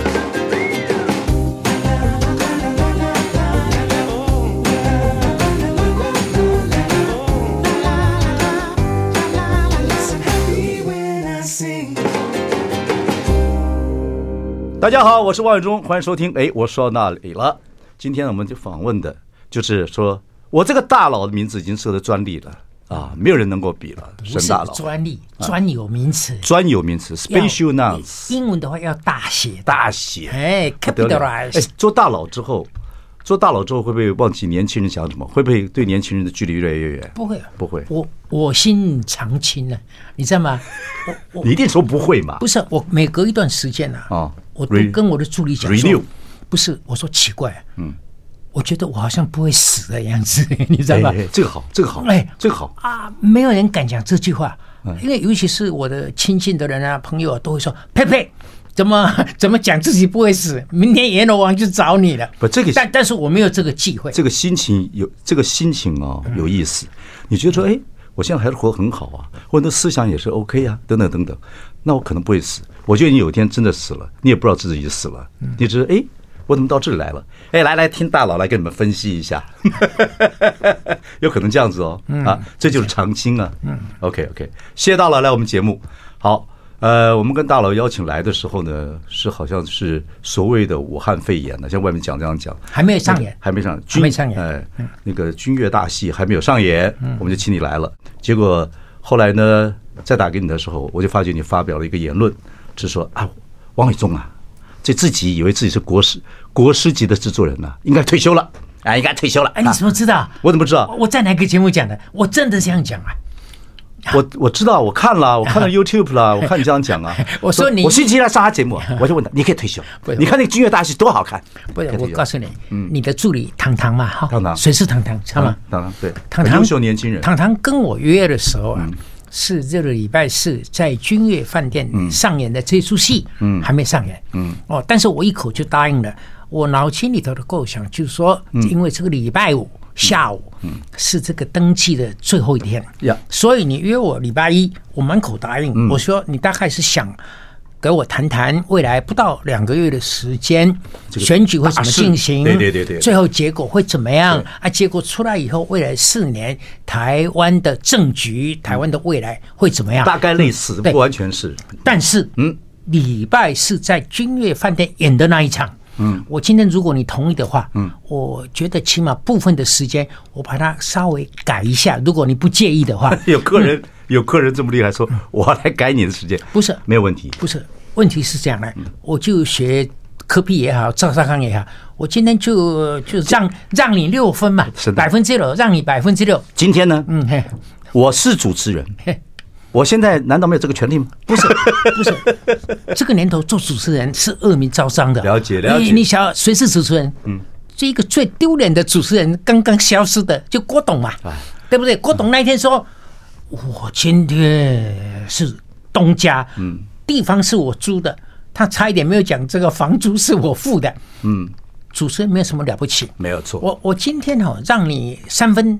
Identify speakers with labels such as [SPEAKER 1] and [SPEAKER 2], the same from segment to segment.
[SPEAKER 1] 大家好，我是王伟忠，欢迎收听。哎，我说到哪里了？今天呢我们就访问的，就是说我这个大佬的名字已经是个专利了啊，没有人能够比了，
[SPEAKER 2] 不
[SPEAKER 1] 神
[SPEAKER 2] 是啊
[SPEAKER 1] 大佬，
[SPEAKER 2] 专利，专有名词。
[SPEAKER 1] 专有名词
[SPEAKER 2] 要
[SPEAKER 1] special nouns，
[SPEAKER 2] 英文的话要大写的，
[SPEAKER 1] 大写。
[SPEAKER 2] 哎
[SPEAKER 1] 不得了哎
[SPEAKER 2] ，capitalize，，
[SPEAKER 1] 做大佬之后，做大佬之后会不会忘记年轻人想什么？会不会对年轻人的距离越来越远？
[SPEAKER 2] 不会，
[SPEAKER 1] 不会
[SPEAKER 2] 我我心常青呢，你知道吗？我我
[SPEAKER 1] 你一定说不会嘛？
[SPEAKER 2] 不是啊我每隔一段时间呢，
[SPEAKER 1] 哦
[SPEAKER 2] 我都
[SPEAKER 1] re-
[SPEAKER 2] 跟我的助理讲
[SPEAKER 1] renew
[SPEAKER 2] 说，不是，我说奇怪，嗯，我觉得我好像不会死的样子， 你知道吗？
[SPEAKER 1] 哎，这个好，这个好，
[SPEAKER 2] 哎
[SPEAKER 1] 这个好。
[SPEAKER 2] 啊，没有人敢讲这句话，
[SPEAKER 1] 嗯
[SPEAKER 2] 因为尤其是我的亲近的人啊、朋友啊，都会说：“佩佩，怎么 怎么讲自己不会死？明天阎罗王就找你了。”
[SPEAKER 1] 不这个
[SPEAKER 2] 但但是我没有这个忌讳。
[SPEAKER 1] 这个心情有这个心情啊、
[SPEAKER 2] 嗯
[SPEAKER 1] 有意思。你觉得说，哎，我现在还是活得很好啊，我的思想也是 OK 啊，等等等等，那我可能不会死。我觉得你有一天真的死了，你也不知道自己死了，
[SPEAKER 2] 嗯
[SPEAKER 1] 你只是哎，我怎么到这里来了？哎，来来，听大佬来给你们分析一下， 有可能这样子哦，
[SPEAKER 2] 嗯
[SPEAKER 1] 啊，这就是长青啊。嗯，OK OK，谢谢大佬来我们节目。好，呃，我们跟大佬邀请来的时候呢，是好像是所谓的武汉肺炎呢，啊像外面讲这样讲，嗯
[SPEAKER 2] 还没有上演
[SPEAKER 1] 还没上，
[SPEAKER 2] 还没上演嗯
[SPEAKER 1] 哎，那个军乐大戏还没有上演，我们就请你来了。结果后来呢，再打给你的时候，我就发觉你发表了一个言论，是说啊，王伟忠啊，这自己以为自己是国师国师级的制作人呐、应该退休了，啊，应该退休了。
[SPEAKER 2] 哎，你
[SPEAKER 1] 啊
[SPEAKER 2] 怎么知道？
[SPEAKER 1] 我怎么知道
[SPEAKER 2] 我我在哪个节目讲的？我真的这样讲啊！。
[SPEAKER 1] 我我知道，我看了，我看了 YouTube 了，我看你这样讲啊
[SPEAKER 2] 我说你
[SPEAKER 1] 我星期一来上他节目，我就问他，你可以退休
[SPEAKER 2] 不？是
[SPEAKER 1] 你看那个军乐大戏多好看！
[SPEAKER 2] 不是
[SPEAKER 1] 可以，退
[SPEAKER 2] 我
[SPEAKER 1] 休
[SPEAKER 2] 告诉你，你的助理糖糖嘛，哈，
[SPEAKER 1] 嗯糖嗯糖
[SPEAKER 2] 谁是糖糖？知道吗？
[SPEAKER 1] 当然对，
[SPEAKER 2] 糖
[SPEAKER 1] 很
[SPEAKER 2] 糖
[SPEAKER 1] 优秀年轻人，嗯
[SPEAKER 2] 糖糖跟我约的时候啊，是这个礼拜四在君悦饭店
[SPEAKER 1] 嗯
[SPEAKER 2] 上演的这出戏，嗯，还没上演，嗯，哦，但是我一口就答应了。我脑筋里头的构想就是说，
[SPEAKER 1] 嗯
[SPEAKER 2] 因为这个礼拜五下午是这个登记的最后一天
[SPEAKER 1] 呀嗯
[SPEAKER 2] 所以你约我礼拜一，我满口答应。我说你大概是想给我谈谈未来不到两个月的时间，选举会怎
[SPEAKER 1] 大
[SPEAKER 2] 么
[SPEAKER 1] 事
[SPEAKER 2] 进行？
[SPEAKER 1] 对对对对
[SPEAKER 2] 最后结果会怎么样
[SPEAKER 1] 对
[SPEAKER 2] 啊？结果出来以后，未来四年台湾的政局、台湾的未来会怎么样？
[SPEAKER 1] 嗯大概类似，
[SPEAKER 2] 对
[SPEAKER 1] 不完全是。
[SPEAKER 2] 但是，嗯，礼拜是在君悦饭店演的那一场。嗯，我今天如果你同意的话，嗯，我觉得起码部分的时间我把它稍微改一下，如果你不介意 的话，
[SPEAKER 1] 有客人有客人这么厉害，说我来改你的时间，
[SPEAKER 2] 不是
[SPEAKER 1] 没有问题。
[SPEAKER 2] 不是，问题是这样
[SPEAKER 1] 嗯
[SPEAKER 2] 的，我就学科比也好，赵少康也好，我今天就就让让你六分嘛
[SPEAKER 1] 是，的
[SPEAKER 2] 百分之六，让你百分之六，
[SPEAKER 1] 今天呢，
[SPEAKER 2] 嗯嘿。
[SPEAKER 1] 我是主持人
[SPEAKER 2] 嘿，
[SPEAKER 1] 我现在难道没有这个权利吗？
[SPEAKER 2] 不是不是， 这个年头做主持人是恶名昭彰的。
[SPEAKER 1] 了解了解
[SPEAKER 2] 你你想要谁是主持人？嗯，这一个最丢脸的主持人刚刚消失的，就郭董嘛，
[SPEAKER 1] 啊
[SPEAKER 2] 对不对？郭
[SPEAKER 1] 嗯
[SPEAKER 2] 董那一天说：“我今天是东家，嗯，地方是我租的。”他差一点没有讲这个房租是我付的。嗯，主持人没有什么了不起。
[SPEAKER 1] 没有错，
[SPEAKER 2] 我我今天哦，让你三分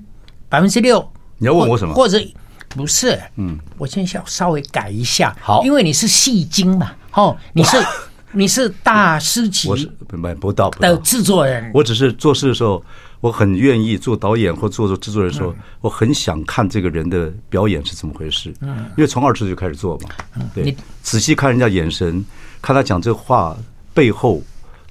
[SPEAKER 2] 百分之六，
[SPEAKER 1] 你要问我什么
[SPEAKER 2] 或或者不是？嗯，我今天要稍微改一下，
[SPEAKER 1] 好
[SPEAKER 2] 因为你是戏精嘛，哦，你 是你是大师级
[SPEAKER 1] 我是不不不到不
[SPEAKER 2] 的
[SPEAKER 1] 到，
[SPEAKER 2] 制作人，
[SPEAKER 1] 我只是做事的时候，我很愿意做导演或做做制作人的时候，我很想看这个人的表演是怎么回事。因为从二十岁就开始做嘛，对
[SPEAKER 2] 你，
[SPEAKER 1] 仔细看人家眼神，看他讲这话背后。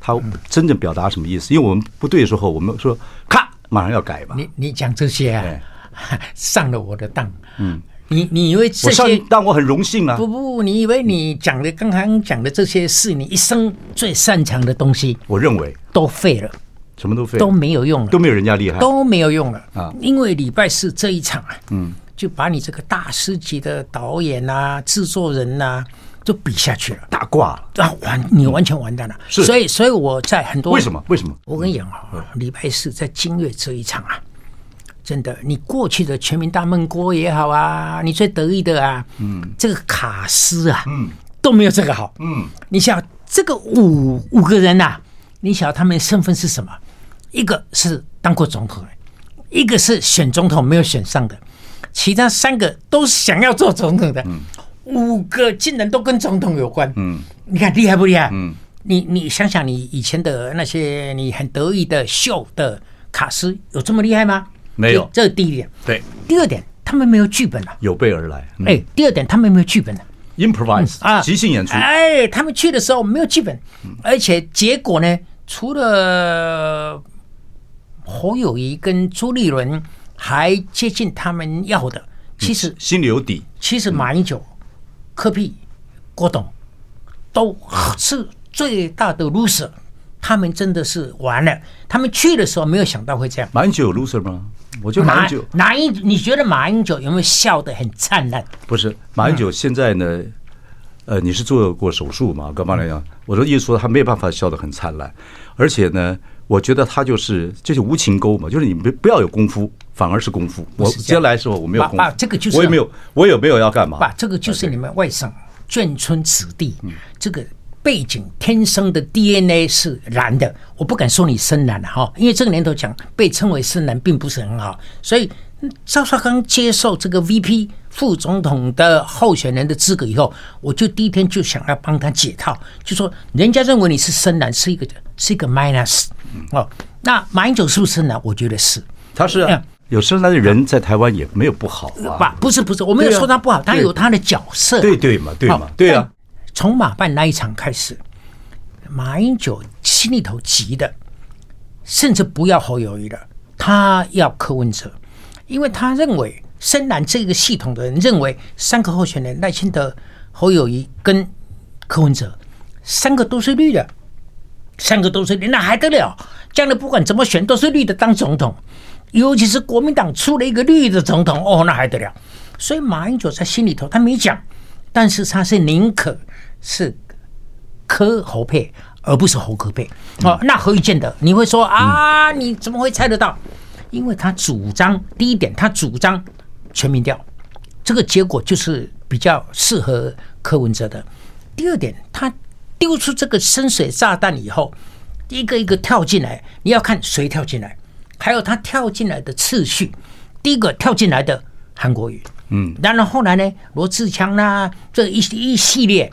[SPEAKER 1] 他真正表达什么意思？因为我们不对的时候，我们说咔，马上要改嘛。
[SPEAKER 2] 你你讲这些
[SPEAKER 1] 哎
[SPEAKER 2] 啊， 上了我的当，嗯，你你以为这
[SPEAKER 1] 我上
[SPEAKER 2] 些
[SPEAKER 1] 让我很荣幸啊！
[SPEAKER 2] 不不，你以为你讲的刚刚讲的这些是你一生最擅长的东西
[SPEAKER 1] 我认为
[SPEAKER 2] 都废了，
[SPEAKER 1] 什么都废，
[SPEAKER 2] 都没有用了
[SPEAKER 1] 都。没有人家厉害。
[SPEAKER 2] 都没有用了
[SPEAKER 1] 啊
[SPEAKER 2] 因为礼拜四这一场啊，嗯，就把你这个大师级的导演啊、制作人呐、就比下去了。
[SPEAKER 1] 打挂了，
[SPEAKER 2] 啊，完，你完全完蛋了。
[SPEAKER 1] 嗯是
[SPEAKER 2] 所以，所以我在很多
[SPEAKER 1] 为什么？嗯为什么？
[SPEAKER 2] 我跟你讲啊，礼拜四在金月这一场啊，真的，你过去的全民大闷锅也好啊，你最得意的啊，嗯，这个卡斯啊，嗯，都没有这个好，嗯，你想这个五五个人呐、你晓得他们的身份是什么？一个是当过总统的，一个是选总统没有选上的，其他三个都是想要做总统的，五个竟然都跟总统有关。嗯，你看厉害不厉害？嗯，你你想想，你以前的那些你很得意的秀的卡斯，有这么厉害吗？
[SPEAKER 1] 没有
[SPEAKER 2] 这这是第一点。
[SPEAKER 1] 对，
[SPEAKER 2] 第二点，他们没有剧本啊。
[SPEAKER 1] 有备而来。嗯
[SPEAKER 2] 哎、第二点，他们没有剧本啊。
[SPEAKER 1] improvise
[SPEAKER 2] 啊，
[SPEAKER 1] 即兴演出，嗯
[SPEAKER 2] 哎，他们去的时候没有剧本，而且结果呢，除了侯友谊跟朱立伦还接近他们要的，
[SPEAKER 1] 嗯
[SPEAKER 2] 其实
[SPEAKER 1] 心里有底。
[SPEAKER 2] 其实马英
[SPEAKER 1] 嗯
[SPEAKER 2] 九、柯 P、郭董都是最大的 loser，他们真的是完了。他们去的时候没有想到会这样。
[SPEAKER 1] 马英九有 loser 吗？我觉得马
[SPEAKER 2] 马
[SPEAKER 1] 英九
[SPEAKER 2] 马英，你觉得马英九有没有笑得很灿烂？
[SPEAKER 1] 不是马英九现在呢，呃，你是做过手术嘛？干嘛来讲？我的意思说他没有办法笑得很灿烂，而且呢，我觉得他就是就是无情钩嘛，就是你不不要有功夫，反而是功夫。我
[SPEAKER 2] 是这
[SPEAKER 1] 接下
[SPEAKER 2] 样
[SPEAKER 1] 来的时候我没有功
[SPEAKER 2] 把把
[SPEAKER 1] 夫，
[SPEAKER 2] 这个就是
[SPEAKER 1] 我也没有，我也没有要干嘛。
[SPEAKER 2] 爸，这个就是你们外省眷村子弟，
[SPEAKER 1] 嗯
[SPEAKER 2] 这个背景天生的 DNA 是蓝的。我不敢说你深蓝了哈，因为这个年头讲被称为深蓝并不是很好。所以嗯赵少康接受这个 VP 副总统的候选人的资格以后，我就第一天就想要帮他解套，就说人家认为你是深蓝是一个是一个 minus 哦。那马英九是不是深蓝？我觉得是。
[SPEAKER 1] 他是啊
[SPEAKER 2] 嗯
[SPEAKER 1] 有生来的人在台湾也没有不好啊
[SPEAKER 2] 不，，不是不是，我没有
[SPEAKER 1] 对啊
[SPEAKER 2] 说他不好，他
[SPEAKER 1] 对
[SPEAKER 2] 有他的角色。
[SPEAKER 1] 对对嘛，对
[SPEAKER 2] 好
[SPEAKER 1] 嘛，对啊，。
[SPEAKER 2] 但从马办那一场开始，马英九心里头急的，甚至不要侯友谊了，他要柯文哲，因为他认为深蓝这个系统的人认为三个候选人赖清德、侯友谊跟柯文哲，三个都是绿的，三个都是绿，那还得了？将来不管怎么选，都是绿的当总统，尤其是国民党出了一个绿的总统，哦，那还得了？所以马英九在心里头他没讲，但是他是宁可是柯侯配，而不是侯柯配。哦，那何以见得？你会说啊，你怎么会猜得到？因为他主张第一点，他主张全民调，这个结果就是比较适合柯文哲的。第二点，他丢出这个深水炸弹以后，一个一个跳进来，你要看谁跳进来，还有他跳进来的次序。第一个跳进来的韩国瑜，嗯，然后后来呢，罗志强啦、这一一系列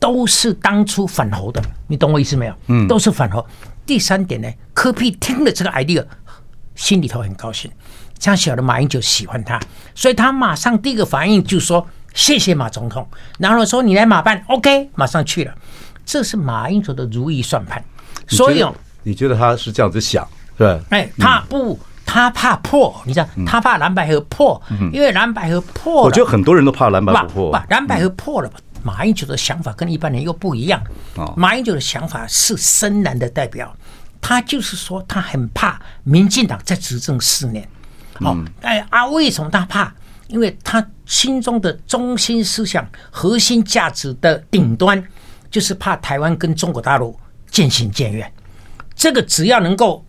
[SPEAKER 2] 都是当初反侯的，你懂我意思没有？嗯，都是反侯。第三点呢，柯 P 听了这个 idea，心里头很高兴，这样晓得马英九喜欢他，所以他马上第一个反应就说谢谢马总统，然后说你来马办，OK，马上去了。这是马英九的如意算盘，
[SPEAKER 1] 你
[SPEAKER 2] 所以
[SPEAKER 1] 觉
[SPEAKER 2] 哦
[SPEAKER 1] 得你觉得他是这样子想，是吧？
[SPEAKER 2] 哎，他不，他怕破，你知道，
[SPEAKER 1] 嗯
[SPEAKER 2] 他怕蓝白河破，因为蓝白河破了，
[SPEAKER 1] 我觉得很多人都怕蓝白
[SPEAKER 2] 不
[SPEAKER 1] 琥珀
[SPEAKER 2] 不，蓝百合破了吧？马英九的想法跟一般人又不一样
[SPEAKER 1] 哦。
[SPEAKER 2] 马英九的想法是深蓝的代表，他就是说他很怕民进党在执政四年。
[SPEAKER 1] 嗯
[SPEAKER 2] 好、哎啊，为什么他怕？因为他心中的中心思想、核心价值的顶端，就是怕台湾跟中国大陆渐行渐远。这个只要能够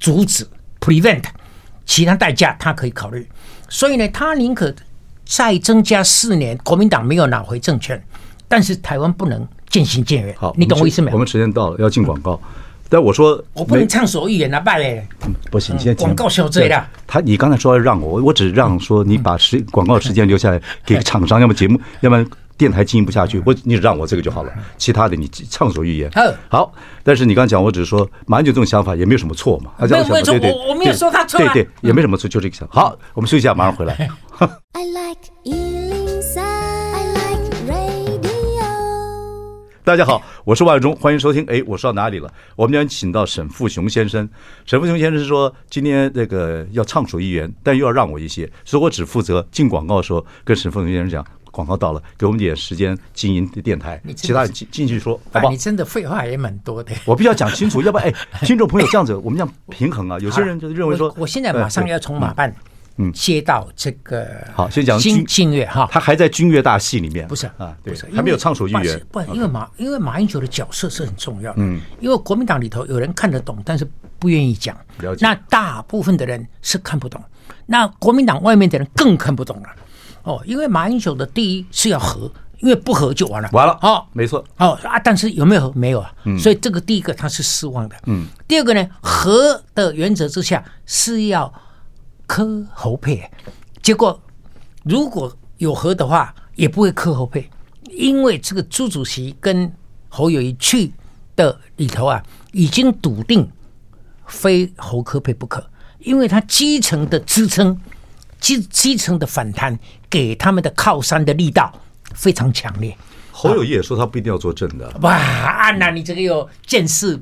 [SPEAKER 2] 阻止 prevent，其他代价他可以考虑。所以呢，他宁可再增加四年，国民党没有拿回政权，但是台湾不能渐行渐远。
[SPEAKER 1] 好，
[SPEAKER 2] 你懂我意思没
[SPEAKER 1] 我
[SPEAKER 2] 有？
[SPEAKER 1] 们时间到了，要进广告。但我说
[SPEAKER 2] 我不能
[SPEAKER 1] 没
[SPEAKER 2] 畅所欲言啊，拜嘞！
[SPEAKER 1] 不行，现在
[SPEAKER 2] 嗯广告小嘴啦。
[SPEAKER 1] 对他，你刚才说要让我，我只是让说你把时广告时间留下来给厂
[SPEAKER 2] 嗯
[SPEAKER 1] 商，要么节目，要么电台经营不下去，我你只让我这个就好了，其他的你畅所欲言
[SPEAKER 2] 嗯好。
[SPEAKER 1] 好，但是你刚讲，我只是说马英九这种想法也没有什么错嘛，他这样
[SPEAKER 2] 没有
[SPEAKER 1] 想法
[SPEAKER 2] 没有错
[SPEAKER 1] 对对
[SPEAKER 2] 我我没有
[SPEAKER 1] 对
[SPEAKER 2] 说他错啊
[SPEAKER 1] 对对，也没什么错，就这个想法。好，我们休息一下，马上回来。
[SPEAKER 3] I like Ealing Sound. I like radio.
[SPEAKER 1] 大家好，我是万永忠，欢迎收听。哎，我说到哪里了？我们今天请到沈富雄先生。沈富雄先生说，今天这个要畅所欲言，但又要让我一些，所以我只负责进广告的时候跟沈富雄先生讲，广告到了，给我们点时间经营电台，
[SPEAKER 2] 你真
[SPEAKER 1] 其
[SPEAKER 2] 的
[SPEAKER 1] 他你进进去说，好
[SPEAKER 2] 哎
[SPEAKER 1] 不好
[SPEAKER 2] 你？真的废话也蛮多的。
[SPEAKER 1] 我必须要讲清楚，要不然 哎，听众朋友这样子，我们这样平衡啊。有些人就认为说
[SPEAKER 2] 我，我现在马上
[SPEAKER 1] 呃
[SPEAKER 2] 要从马办接到这个
[SPEAKER 1] 嗯好先讲
[SPEAKER 2] 金
[SPEAKER 1] 军
[SPEAKER 2] 金月哈
[SPEAKER 1] 对，他还在军乐大戏里面，
[SPEAKER 2] 不是
[SPEAKER 1] 啊，对
[SPEAKER 2] 不是，，
[SPEAKER 1] 还没有畅所欲
[SPEAKER 2] 因为
[SPEAKER 1] 言，
[SPEAKER 2] 不是，不是因为马因为马英九的角色是很重要的，嗯，因为国民党里头有人看得懂，但是不愿意讲
[SPEAKER 1] 了，解
[SPEAKER 2] 那大部分的人是看不懂，那国民党外面的人更看不懂了，哦，因为马英九的第一是要和，因为不合就完了，
[SPEAKER 1] 完了，
[SPEAKER 2] 哦，
[SPEAKER 1] 没错，
[SPEAKER 2] 哦啊，但是有没有合没有啊？所以这个第一个他是失望的，嗯，第二个呢，和的原则之下是要科侯配，结果如果有和的话，也不会科侯配，因为这个朱主席跟侯友谊去的里头啊，已经笃定非侯科配不可，因为他基层的支撑、基基层的反弹给他们的靠山的力道非常强烈。
[SPEAKER 1] 侯友谊也说他不一定要做正的，
[SPEAKER 2] 哇，安娜，你这个有见识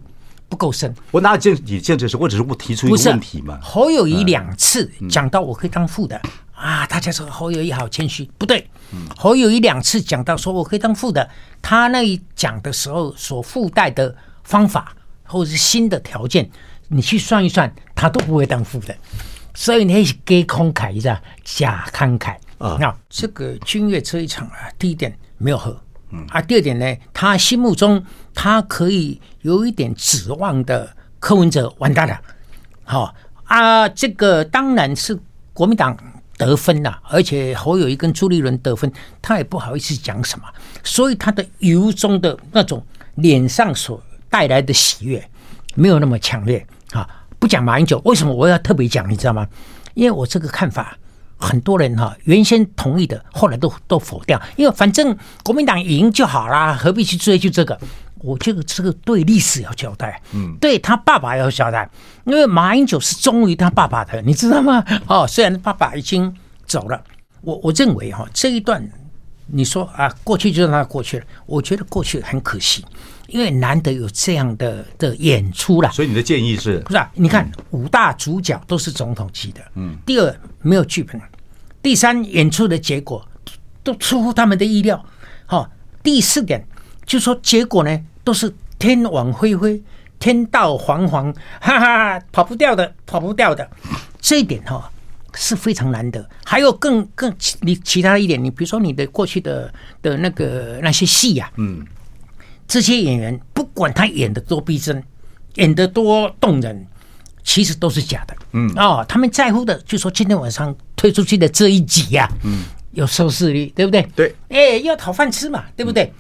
[SPEAKER 2] 不够深。
[SPEAKER 1] 我哪有见你见这事？我只是不提出一
[SPEAKER 2] 不
[SPEAKER 1] 个
[SPEAKER 2] 是
[SPEAKER 1] 问题嘛。嗯
[SPEAKER 2] 侯友谊两次讲到我可以当副的、啊，大家说侯友谊好谦虚，不对。侯友谊两次讲到说我可以当副的，他那一讲的时候所附带的方法或者是新的条件，你去算一算，他都不会当副的。所以你给慷慨一下，假慷慨
[SPEAKER 1] 啊
[SPEAKER 2] 那这个君越这一场啊，第一点没有喝，
[SPEAKER 1] 嗯
[SPEAKER 2] 啊，第二点呢，他心目中他可以有一点指望的柯文哲完蛋了，好、啊，这个当然是国民党得分啦、而且侯友谊跟朱立伦得分，他也不好意思讲什么，所以他的由衷的那种脸上所带来的喜悦没有那么强烈啊。不讲马英九，为什么我要特别讲？你知道吗？因为我这个看法，很多人哈、原先同意的，后来都都否掉，因为反正国民党赢就好啦，何必去追究这个？我这个这个对历史要交代，嗯，对他爸爸要交代，因为马英九是忠于他爸爸的，你知道吗？ 哦，虽然爸爸已经走了，我我认为哈、这一段你说啊，过去就让它过去了，我觉得过去很可惜，因为难得有这样的的演出啦。
[SPEAKER 1] 所以你的建议是
[SPEAKER 2] 不是、啊？你看、五大主角都是总统级的，嗯，第二没有剧本，第三演出的结果都都出乎他们的意料，好、第四点就说结果呢都是天网恢恢，天道惶惶，哈哈哈，跑不掉的，跑不掉的，这一点哈、是非常难得，还有更更其你其他的一点，你比如说你的过去的的那个那些戏呀、嗯，这些演员不管他演的多逼真，演得多动人，其实都是假的。嗯，哦，他们在乎的就说今天晚上推出去的这一集呀、嗯，有收视率，对不对？
[SPEAKER 1] 对
[SPEAKER 2] 哎，要讨饭吃嘛，对不对？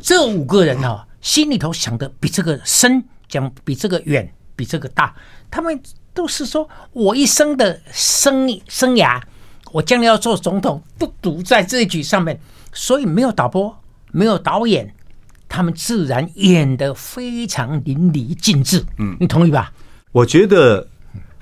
[SPEAKER 2] 这五个人哦，心里头想的比这个深，讲比这个远，比这个大，他们都是说我一生的生生涯，我将来要做总统，都赌在这一局上面，所以没有导播，没有导演。他们自然演得非常淋漓尽致，嗯，你同意吧？
[SPEAKER 1] 我觉得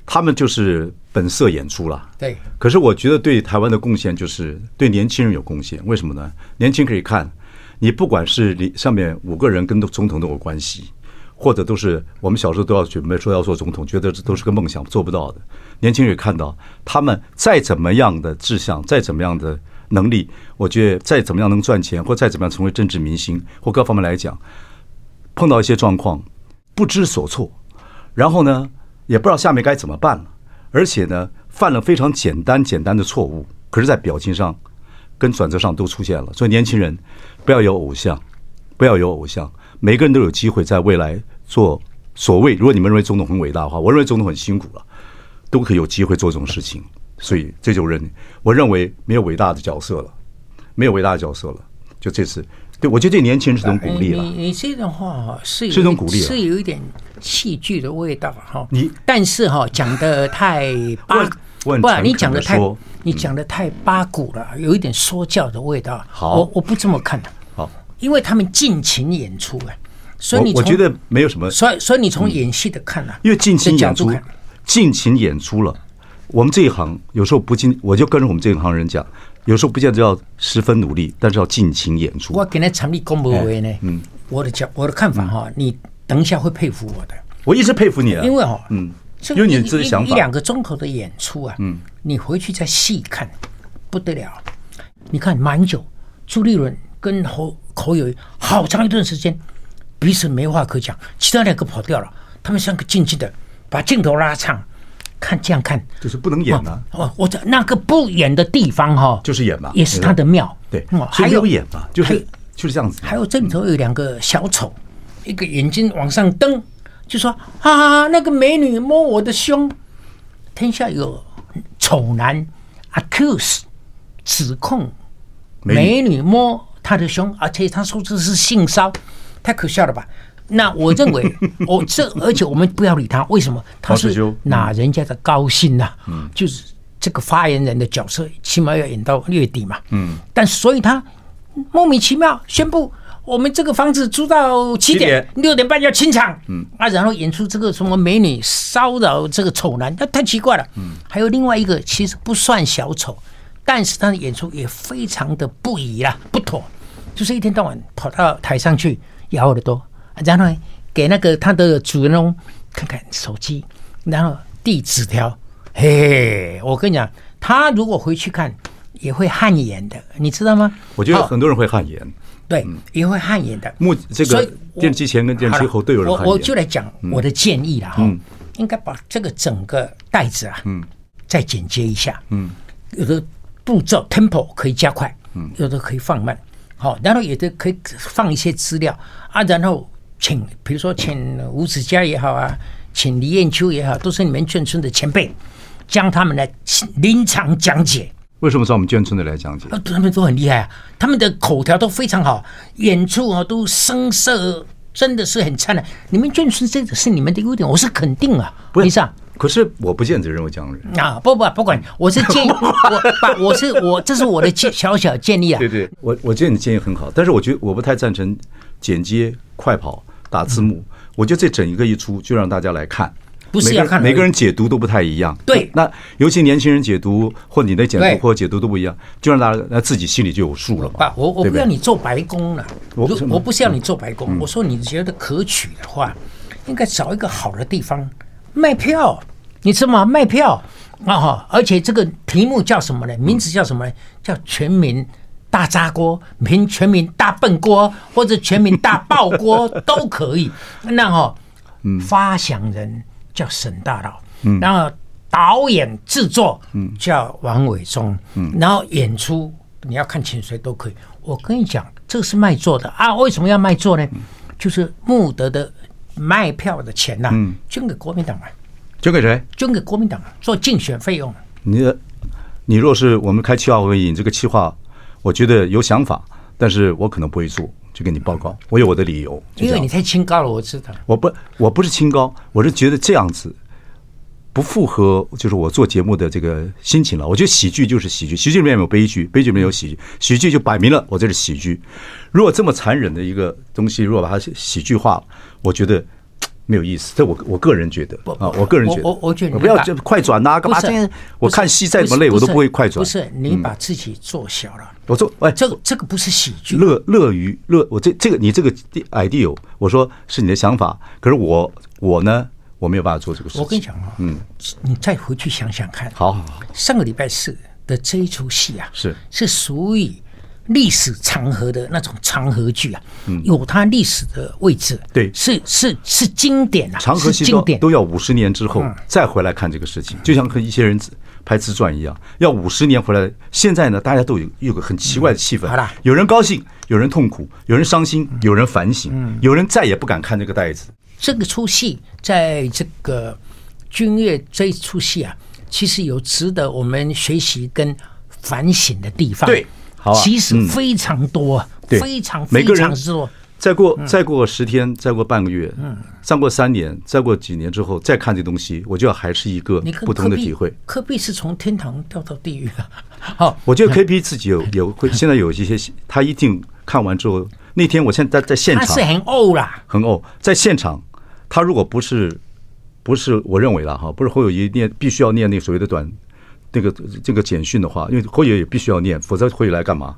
[SPEAKER 1] 他们就是本色演出了。
[SPEAKER 2] 对
[SPEAKER 1] 可是我觉得对台湾的贡献就是对年轻人有贡献，为什么呢？年轻可以看，你不管是你上面五个人跟总统都有关系，或者都是我们小时候都要准备说要做总统，觉得这都是个梦想，做不到的。年轻人也看到他们再怎么样的志向，再怎么样的能力，我觉得再怎么样能赚钱，或再怎么样成为政治明星，或各方面来讲，碰到一些状况不知所措，然后呢也不知道下面该怎么办了，而且呢犯了非常简单简单的错误，可是，在表情上跟转折上都出现了。所以年轻人不要有偶像，不要有偶像，每个人都有机会在未来做所谓，如果你们认为总统很伟大的话，我认为总统很辛苦了，都可以有机会做这种事情。所以这就认，我认为没有伟大的角色了，没有伟大的角色了。就这次，对我觉得对年轻人是一种鼓励了
[SPEAKER 2] 你。你这段话哦是有
[SPEAKER 1] 是一种鼓励啊
[SPEAKER 2] 是有一点戏剧的味道哈。
[SPEAKER 1] 你
[SPEAKER 2] 但是哈讲的太八
[SPEAKER 1] 我，我很
[SPEAKER 2] 不，啊
[SPEAKER 1] 诚
[SPEAKER 2] 你
[SPEAKER 1] 恳
[SPEAKER 2] 讲的
[SPEAKER 1] 地
[SPEAKER 2] 太
[SPEAKER 1] 说嗯
[SPEAKER 2] 你讲的太八股了，有一点说教的味道。
[SPEAKER 1] 好
[SPEAKER 2] 我我不这么看的，
[SPEAKER 1] 好，
[SPEAKER 2] 因为他们尽情演出啊，所以你
[SPEAKER 1] 我我
[SPEAKER 2] 从
[SPEAKER 1] 觉得没有什么
[SPEAKER 2] 所以所以你从演戏的看啊，
[SPEAKER 1] 因为尽情
[SPEAKER 2] 的角
[SPEAKER 1] 演
[SPEAKER 2] 度
[SPEAKER 1] 出
[SPEAKER 2] 看，
[SPEAKER 1] 尽情演出了。我们这一行有时候不尽，我就跟着我们这一行人讲，有时候不见得要十分努力，但是要尽情演出。
[SPEAKER 2] 我今天参你公布会
[SPEAKER 1] 哎
[SPEAKER 2] 呢，嗯，我的讲我的看法哈、
[SPEAKER 1] 嗯
[SPEAKER 2] 你等一下会佩服我的，
[SPEAKER 1] 我一直佩服你啊，
[SPEAKER 2] 因为哈、
[SPEAKER 1] 嗯
[SPEAKER 2] 这
[SPEAKER 1] 因
[SPEAKER 2] 个
[SPEAKER 1] 为你
[SPEAKER 2] 一
[SPEAKER 1] 这个想
[SPEAKER 2] 一
[SPEAKER 1] 法
[SPEAKER 2] 两个钟头的演出啊，嗯，你回去再细看，不得了。你看马英九、朱立伦跟侯侯友宜，好长一段时间彼此没话可讲，其他两个跑掉了，他们三个静静的把镜头拉长，看这样看，
[SPEAKER 1] 就是不能演啊，
[SPEAKER 2] 哦，我在那个不演的地方哈、
[SPEAKER 1] 就是演嘛
[SPEAKER 2] 也是他的妙，
[SPEAKER 1] 对
[SPEAKER 2] 嗯，
[SPEAKER 1] 所
[SPEAKER 2] 还
[SPEAKER 1] 以没
[SPEAKER 2] 有
[SPEAKER 1] 有演嘛，就
[SPEAKER 2] 还
[SPEAKER 1] 是就是这样子。
[SPEAKER 2] 还有这里头有两个小丑，一个眼睛往上瞪，就说：“哈哈哈，那个美女摸我的胸。”天下有丑男 accuse 指控
[SPEAKER 1] 美女
[SPEAKER 2] 美女摸他的胸，而且他说这是性骚，太可笑了吧？那我认为，我这而且我们不要理他，为什么？他
[SPEAKER 1] 黄世
[SPEAKER 2] 是
[SPEAKER 1] 修
[SPEAKER 2] 拿人家的高兴呐、嗯，就是这个发言人的角色，起码要演到月底嘛，嗯，但所以他莫名其妙宣布。我们这个房子租到七点，六点半要清场，嗯啊，然后演出这个什么美女骚扰这个丑男，那太奇怪了。嗯，还有另外一个其实不算小丑，但是他的演出也非常的不宜啦，不妥，就是一天到晚跑到台上去咬耳朵，啊然后呢给那个他的主人翁看看手机，然后递纸条。嘿，我跟你讲，他如果回去看，也会汗颜的，你知道吗？哦
[SPEAKER 1] 我觉得
[SPEAKER 2] 好
[SPEAKER 1] 很多人会汗颜。
[SPEAKER 2] 对，也会汗颜的。
[SPEAKER 1] 嗯目这
[SPEAKER 2] 所
[SPEAKER 1] 个
[SPEAKER 2] 以我
[SPEAKER 1] 电视机前跟电视机后都有人啊
[SPEAKER 2] 好了
[SPEAKER 1] 汗
[SPEAKER 2] 我我就
[SPEAKER 1] 颜。
[SPEAKER 2] 来讲我的建议了哈，
[SPEAKER 1] 嗯
[SPEAKER 2] 应该把这个整个袋子啊，嗯，再剪接一下，嗯，有的步骤 tempo 可以加快，嗯，有的可以放慢，好，然后有的可以放一些资料啊，然后请比如说请吴子嘉也好啊，请李艳秋也好，都是你们眷村的前辈，将他们来临场讲解。
[SPEAKER 1] 为什么找我们眷村的来讲解？
[SPEAKER 2] 啊，他们都很厉害啊，他们的口条都非常好，演出啊都声色真的是很灿烂。你们眷村这个是你们的优点，我是肯定啊，
[SPEAKER 1] 不
[SPEAKER 2] 没
[SPEAKER 1] 是
[SPEAKER 2] 事啊。
[SPEAKER 1] 可是我不见得认为这样的人。
[SPEAKER 2] 啊，不不不管，我是 建议，我不，我是我，这是我的建小小建议啊。
[SPEAKER 1] 对，我我觉得你建议很好，但是我觉得我不太赞成剪接、快跑、打字幕。我觉得这整一个一出就让大家来看，
[SPEAKER 2] 嗯不
[SPEAKER 1] 每
[SPEAKER 2] 是
[SPEAKER 1] 个
[SPEAKER 2] 要
[SPEAKER 1] 人
[SPEAKER 2] 看而已
[SPEAKER 1] 每个人解读都不太一样。
[SPEAKER 2] 对
[SPEAKER 1] 那尤其年轻人解读或你的解
[SPEAKER 2] 对
[SPEAKER 1] 读或解读都不一样，就让大家那自己心里就有数了嘛
[SPEAKER 2] 爸，。我我
[SPEAKER 1] 对
[SPEAKER 2] 不
[SPEAKER 1] 不
[SPEAKER 2] 要
[SPEAKER 1] 对
[SPEAKER 2] 你做白工了，
[SPEAKER 1] 我嗯不
[SPEAKER 2] 如
[SPEAKER 1] 是
[SPEAKER 2] 我不是要你做白工，我说你觉得可取的话，应该找一个好的地方卖票，你知道吗？卖票啊哈！而且这个题目叫什么
[SPEAKER 1] 嗯
[SPEAKER 2] 呢？名字叫什么呢？叫全民。大炸锅、民全民大笨锅，或者全民大爆锅都可以。那哈、哦，
[SPEAKER 1] 嗯
[SPEAKER 2] 发想人叫沈大佬，然后导演制作
[SPEAKER 1] 嗯
[SPEAKER 2] 叫王伟忠，然后演出你要看请谁都可以。我跟你讲，这是卖座的啊！为什么要卖座呢？
[SPEAKER 1] 嗯
[SPEAKER 2] 就是穆德的卖票的钱呐、
[SPEAKER 1] 嗯
[SPEAKER 2] 捐给国民党啊，
[SPEAKER 1] 捐给谁？
[SPEAKER 2] 捐给国民党啊，做竞选费用啊。
[SPEAKER 1] 你的你若是我们开企划会议，你这个企划，我觉得有想法，但是我可能不会做，就给你报告，我有我的理由。就这
[SPEAKER 2] 因为
[SPEAKER 1] 样
[SPEAKER 2] 你太清高了，我知道。
[SPEAKER 1] 我不我不是清高，我是觉得这样子不符合就是我做节目的这个心情了。我觉得喜剧就是喜剧，喜剧里面有悲剧，悲剧里面有喜剧，喜剧就摆明了我这是喜剧。如果这么残忍的一个东西，如果把它喜剧化了，我觉得。嘖没有意思，这我我个人觉得
[SPEAKER 2] 不
[SPEAKER 1] 啊，我个人觉得，
[SPEAKER 2] 我我我觉得你
[SPEAKER 1] 不要
[SPEAKER 2] 把
[SPEAKER 1] 这快转呐、干嘛
[SPEAKER 2] 不
[SPEAKER 1] 这
[SPEAKER 2] 是
[SPEAKER 1] 样？我看戏再怎么
[SPEAKER 2] 不是
[SPEAKER 1] 累，我都
[SPEAKER 2] 是
[SPEAKER 1] 不会快转。嗯
[SPEAKER 2] 不是你把自己做小了，
[SPEAKER 1] 我做哎，
[SPEAKER 2] 这个这个不是喜剧。
[SPEAKER 1] 乐乐于乐，我这这个你这个 idea，我说是你的想法，可是我我呢，我没有办法做这个事情。
[SPEAKER 2] 我跟你讲啊，嗯，你再回去想想看。
[SPEAKER 1] 好好好，
[SPEAKER 2] 上个礼拜四的这一出戏啊，
[SPEAKER 1] 是
[SPEAKER 2] 是属于历史长河的那种长河剧啊，有它历史的位置，
[SPEAKER 1] 嗯对
[SPEAKER 2] 是是是经典啊，
[SPEAKER 1] 长河
[SPEAKER 2] 是
[SPEAKER 1] 西
[SPEAKER 2] 经
[SPEAKER 1] 都
[SPEAKER 2] 典。嗯
[SPEAKER 1] 都要五十年之后再回来看这个事情，就像跟一些人拍自传一样，要五十年回来。现在呢，大家都有有个很奇怪的气氛
[SPEAKER 2] 嗯好嗯啦，
[SPEAKER 1] 有人高兴，有人痛苦，有人伤心，有人反省，有人再也不敢看这个袋子。
[SPEAKER 2] 这个出戏，在这个君越这一出戏啊，其实有值得我们学习跟反省的地方。
[SPEAKER 1] 对好啊
[SPEAKER 2] 其实非常多啊，
[SPEAKER 1] 对
[SPEAKER 2] 非常非
[SPEAKER 1] 每个人
[SPEAKER 2] 常之多。
[SPEAKER 1] 再过
[SPEAKER 2] 嗯
[SPEAKER 1] 再过十天，再过半个月，嗯，再过三年，再过几年之后再看这东西，我觉得还是一个
[SPEAKER 2] 你看
[SPEAKER 1] 不同的
[SPEAKER 2] 科比
[SPEAKER 1] 体会。
[SPEAKER 2] 科比是从天堂掉到地狱啊！ 好，
[SPEAKER 1] 我觉得 KP 自己有有会现在有一些，他一定看完之后，那天我现在在在现
[SPEAKER 2] 他
[SPEAKER 1] 场，
[SPEAKER 2] 是很欧啦，
[SPEAKER 1] 很哦，在现场，他如果不是不是我认为了哈，不是侯友谊念必须要念那个所谓的短那个这个简讯的话，因为侯友谊也必须要念，否则侯友谊来干嘛？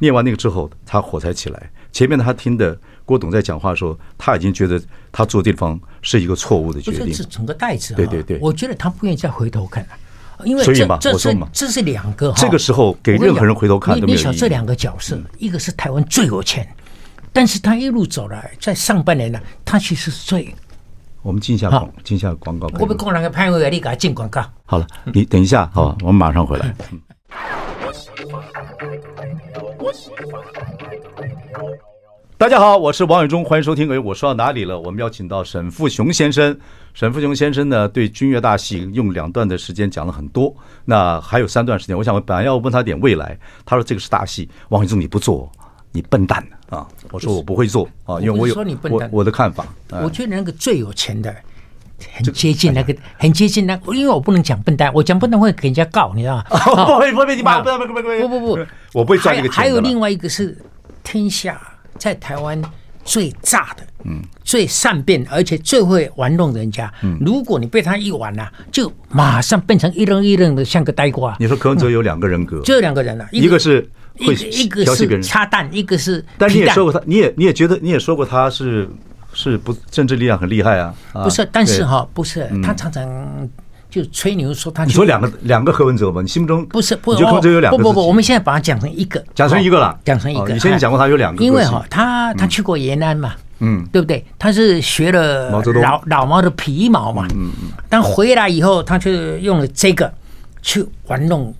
[SPEAKER 1] 念完那个之后，他火才起来。前面他听的郭董在讲话的时候，他已经觉得他做地方是一个错误的
[SPEAKER 2] 不
[SPEAKER 1] 决
[SPEAKER 2] 是
[SPEAKER 1] 定
[SPEAKER 2] 这。整个袋子啊。
[SPEAKER 1] 对对对
[SPEAKER 2] 我觉得他不愿意再回头看了、因为
[SPEAKER 1] 所以
[SPEAKER 2] 这
[SPEAKER 1] 嘛
[SPEAKER 2] 这
[SPEAKER 1] 我说
[SPEAKER 2] 是
[SPEAKER 1] 嘛
[SPEAKER 2] 这是两个哈。
[SPEAKER 1] 这个时候给
[SPEAKER 2] 我跟你
[SPEAKER 1] 任何人回头看
[SPEAKER 2] 讲
[SPEAKER 1] 都没
[SPEAKER 2] 你
[SPEAKER 1] 有
[SPEAKER 2] 你想
[SPEAKER 1] 意义
[SPEAKER 2] 这两个角色，一个是台湾最有钱，但是他一路走来，在上半年呢，他其实是
[SPEAKER 1] 哎
[SPEAKER 2] 最
[SPEAKER 1] 我们进一下
[SPEAKER 2] 好
[SPEAKER 1] 广，进一下广告。
[SPEAKER 2] 我被工人给拍回来，你给他进广告。
[SPEAKER 1] 好了，你等一下，好吧，我们马上回来。大家好，我是王伟忠，欢迎收听。哎，我说到哪里了？我们邀请到沈富雄先生。沈富雄先生呢，对军乐大戏用两段的时间讲了很多，那还有三段时间，我想我本来要问他点未来，他说这个是大戏，王伟忠你不做，你笨蛋啊！我说我不会做啊，因为我有
[SPEAKER 2] 我不是说你笨
[SPEAKER 1] 我
[SPEAKER 2] 蛋
[SPEAKER 1] 我的看法。哎哎
[SPEAKER 2] 我觉得那个最有钱的，很接近那个，很接近那个，因为我不能讲笨蛋，我讲笨蛋会给人家告，你知道吗？
[SPEAKER 1] 不会不会，你把
[SPEAKER 2] 啊
[SPEAKER 1] 不不不不
[SPEAKER 2] 不不不，
[SPEAKER 1] 我不会赚这个钱的
[SPEAKER 2] 还有还有
[SPEAKER 1] 了
[SPEAKER 2] 另外一个是天下在台湾最炸的，嗯，最善变，而且最会玩弄人家。
[SPEAKER 1] 嗯
[SPEAKER 2] 如果你被他一玩啊，就马上变成一愣一愣的，像个呆瓜。
[SPEAKER 1] 你说柯文哲有两个人格，
[SPEAKER 2] 就有两个人了，啊
[SPEAKER 1] 一个是会
[SPEAKER 2] 一个一个
[SPEAKER 1] 挑
[SPEAKER 2] 是
[SPEAKER 1] 剔别人，
[SPEAKER 2] 插蛋，一个是
[SPEAKER 1] 但你
[SPEAKER 2] 皮
[SPEAKER 1] 也
[SPEAKER 2] 蛋
[SPEAKER 1] 说。过他，你也你也觉得你也说过他是是不政治力量很厉害啊，啊
[SPEAKER 2] 不是，但是
[SPEAKER 1] 对嗯
[SPEAKER 2] 哈，不是他常常就吹牛说他
[SPEAKER 1] 你
[SPEAKER 2] 去
[SPEAKER 1] 说两个两个柯文哲吗？你心目中
[SPEAKER 2] 不是不哦
[SPEAKER 1] 你觉得柯文哲有两个
[SPEAKER 2] 不
[SPEAKER 1] 自己？
[SPEAKER 2] 不不，我们现在把它讲成一个，
[SPEAKER 1] 讲成一个了
[SPEAKER 2] 哦讲成一
[SPEAKER 1] 哦
[SPEAKER 2] 个。
[SPEAKER 1] 你先讲过他有两个
[SPEAKER 2] 因为
[SPEAKER 1] 个
[SPEAKER 2] 哈
[SPEAKER 1] 性，
[SPEAKER 2] 他他去过延安嘛，
[SPEAKER 1] 嗯
[SPEAKER 2] 对不对？他是学了
[SPEAKER 1] 毛泽东
[SPEAKER 2] 老老毛的皮毛嘛，嗯嗯。但回来以后，他就用了这个去玩弄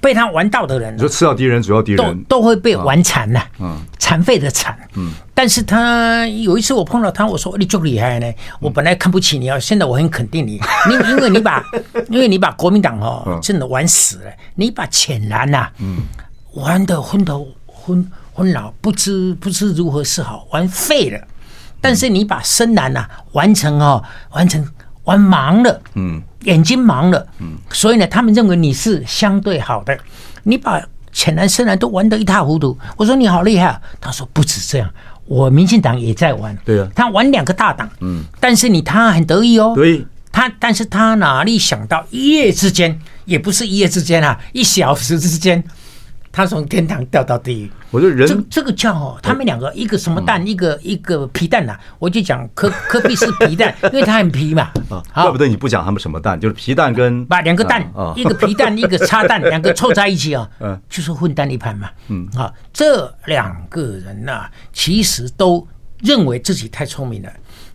[SPEAKER 2] 被他玩到的人啊
[SPEAKER 1] 你，说吃掉敌人，主要敌
[SPEAKER 2] 都
[SPEAKER 1] 人，啊
[SPEAKER 2] 都会被玩残呐、
[SPEAKER 1] 嗯
[SPEAKER 2] 残废的残，嗯。但是他有一次我碰到他，我说你就厉害
[SPEAKER 1] 嗯
[SPEAKER 2] 呢，我本来看不起你啊，现在我很肯定你， 你因为你把因为你把国民党哦
[SPEAKER 1] 嗯
[SPEAKER 2] 真的玩死了，你把浅蓝呐、嗯，玩的昏头昏昏脑，不知不知如何是好，玩废了。但是你把深蓝呐、完成哦，完成玩盲了，嗯，眼睛盲了，嗯，所以呢，他们认为你是相对好的，你把浅蓝、深蓝都玩得一塌糊涂。我说你好厉害啊，他说不止这样，我民进党也在玩，
[SPEAKER 1] 对啊
[SPEAKER 2] 他玩两个大党，嗯，但是你他很得意哦，
[SPEAKER 1] 对。
[SPEAKER 2] 他，但是他哪里想到一夜之间，也不是一夜之间啊，一小时之间，他从天堂掉到地狱。
[SPEAKER 1] 我觉得
[SPEAKER 2] 这个
[SPEAKER 1] 人呃嗯
[SPEAKER 2] 这个叫哦，他们两个一个什么蛋，一个一个皮蛋呐、我就讲科科比是 皮蛋，因为他很皮嘛。
[SPEAKER 1] 啊，怪
[SPEAKER 2] 好
[SPEAKER 1] 不，得你不讲他们什么蛋，就是皮蛋跟
[SPEAKER 2] 把两个蛋
[SPEAKER 1] 啊，啊，
[SPEAKER 2] 一个皮蛋，一个叉 蛋，两个凑在一起啊
[SPEAKER 1] 嗯，
[SPEAKER 2] 就是混蛋一盘嘛。嗯，好，这两个人呐、其实都认为自己太聪明了，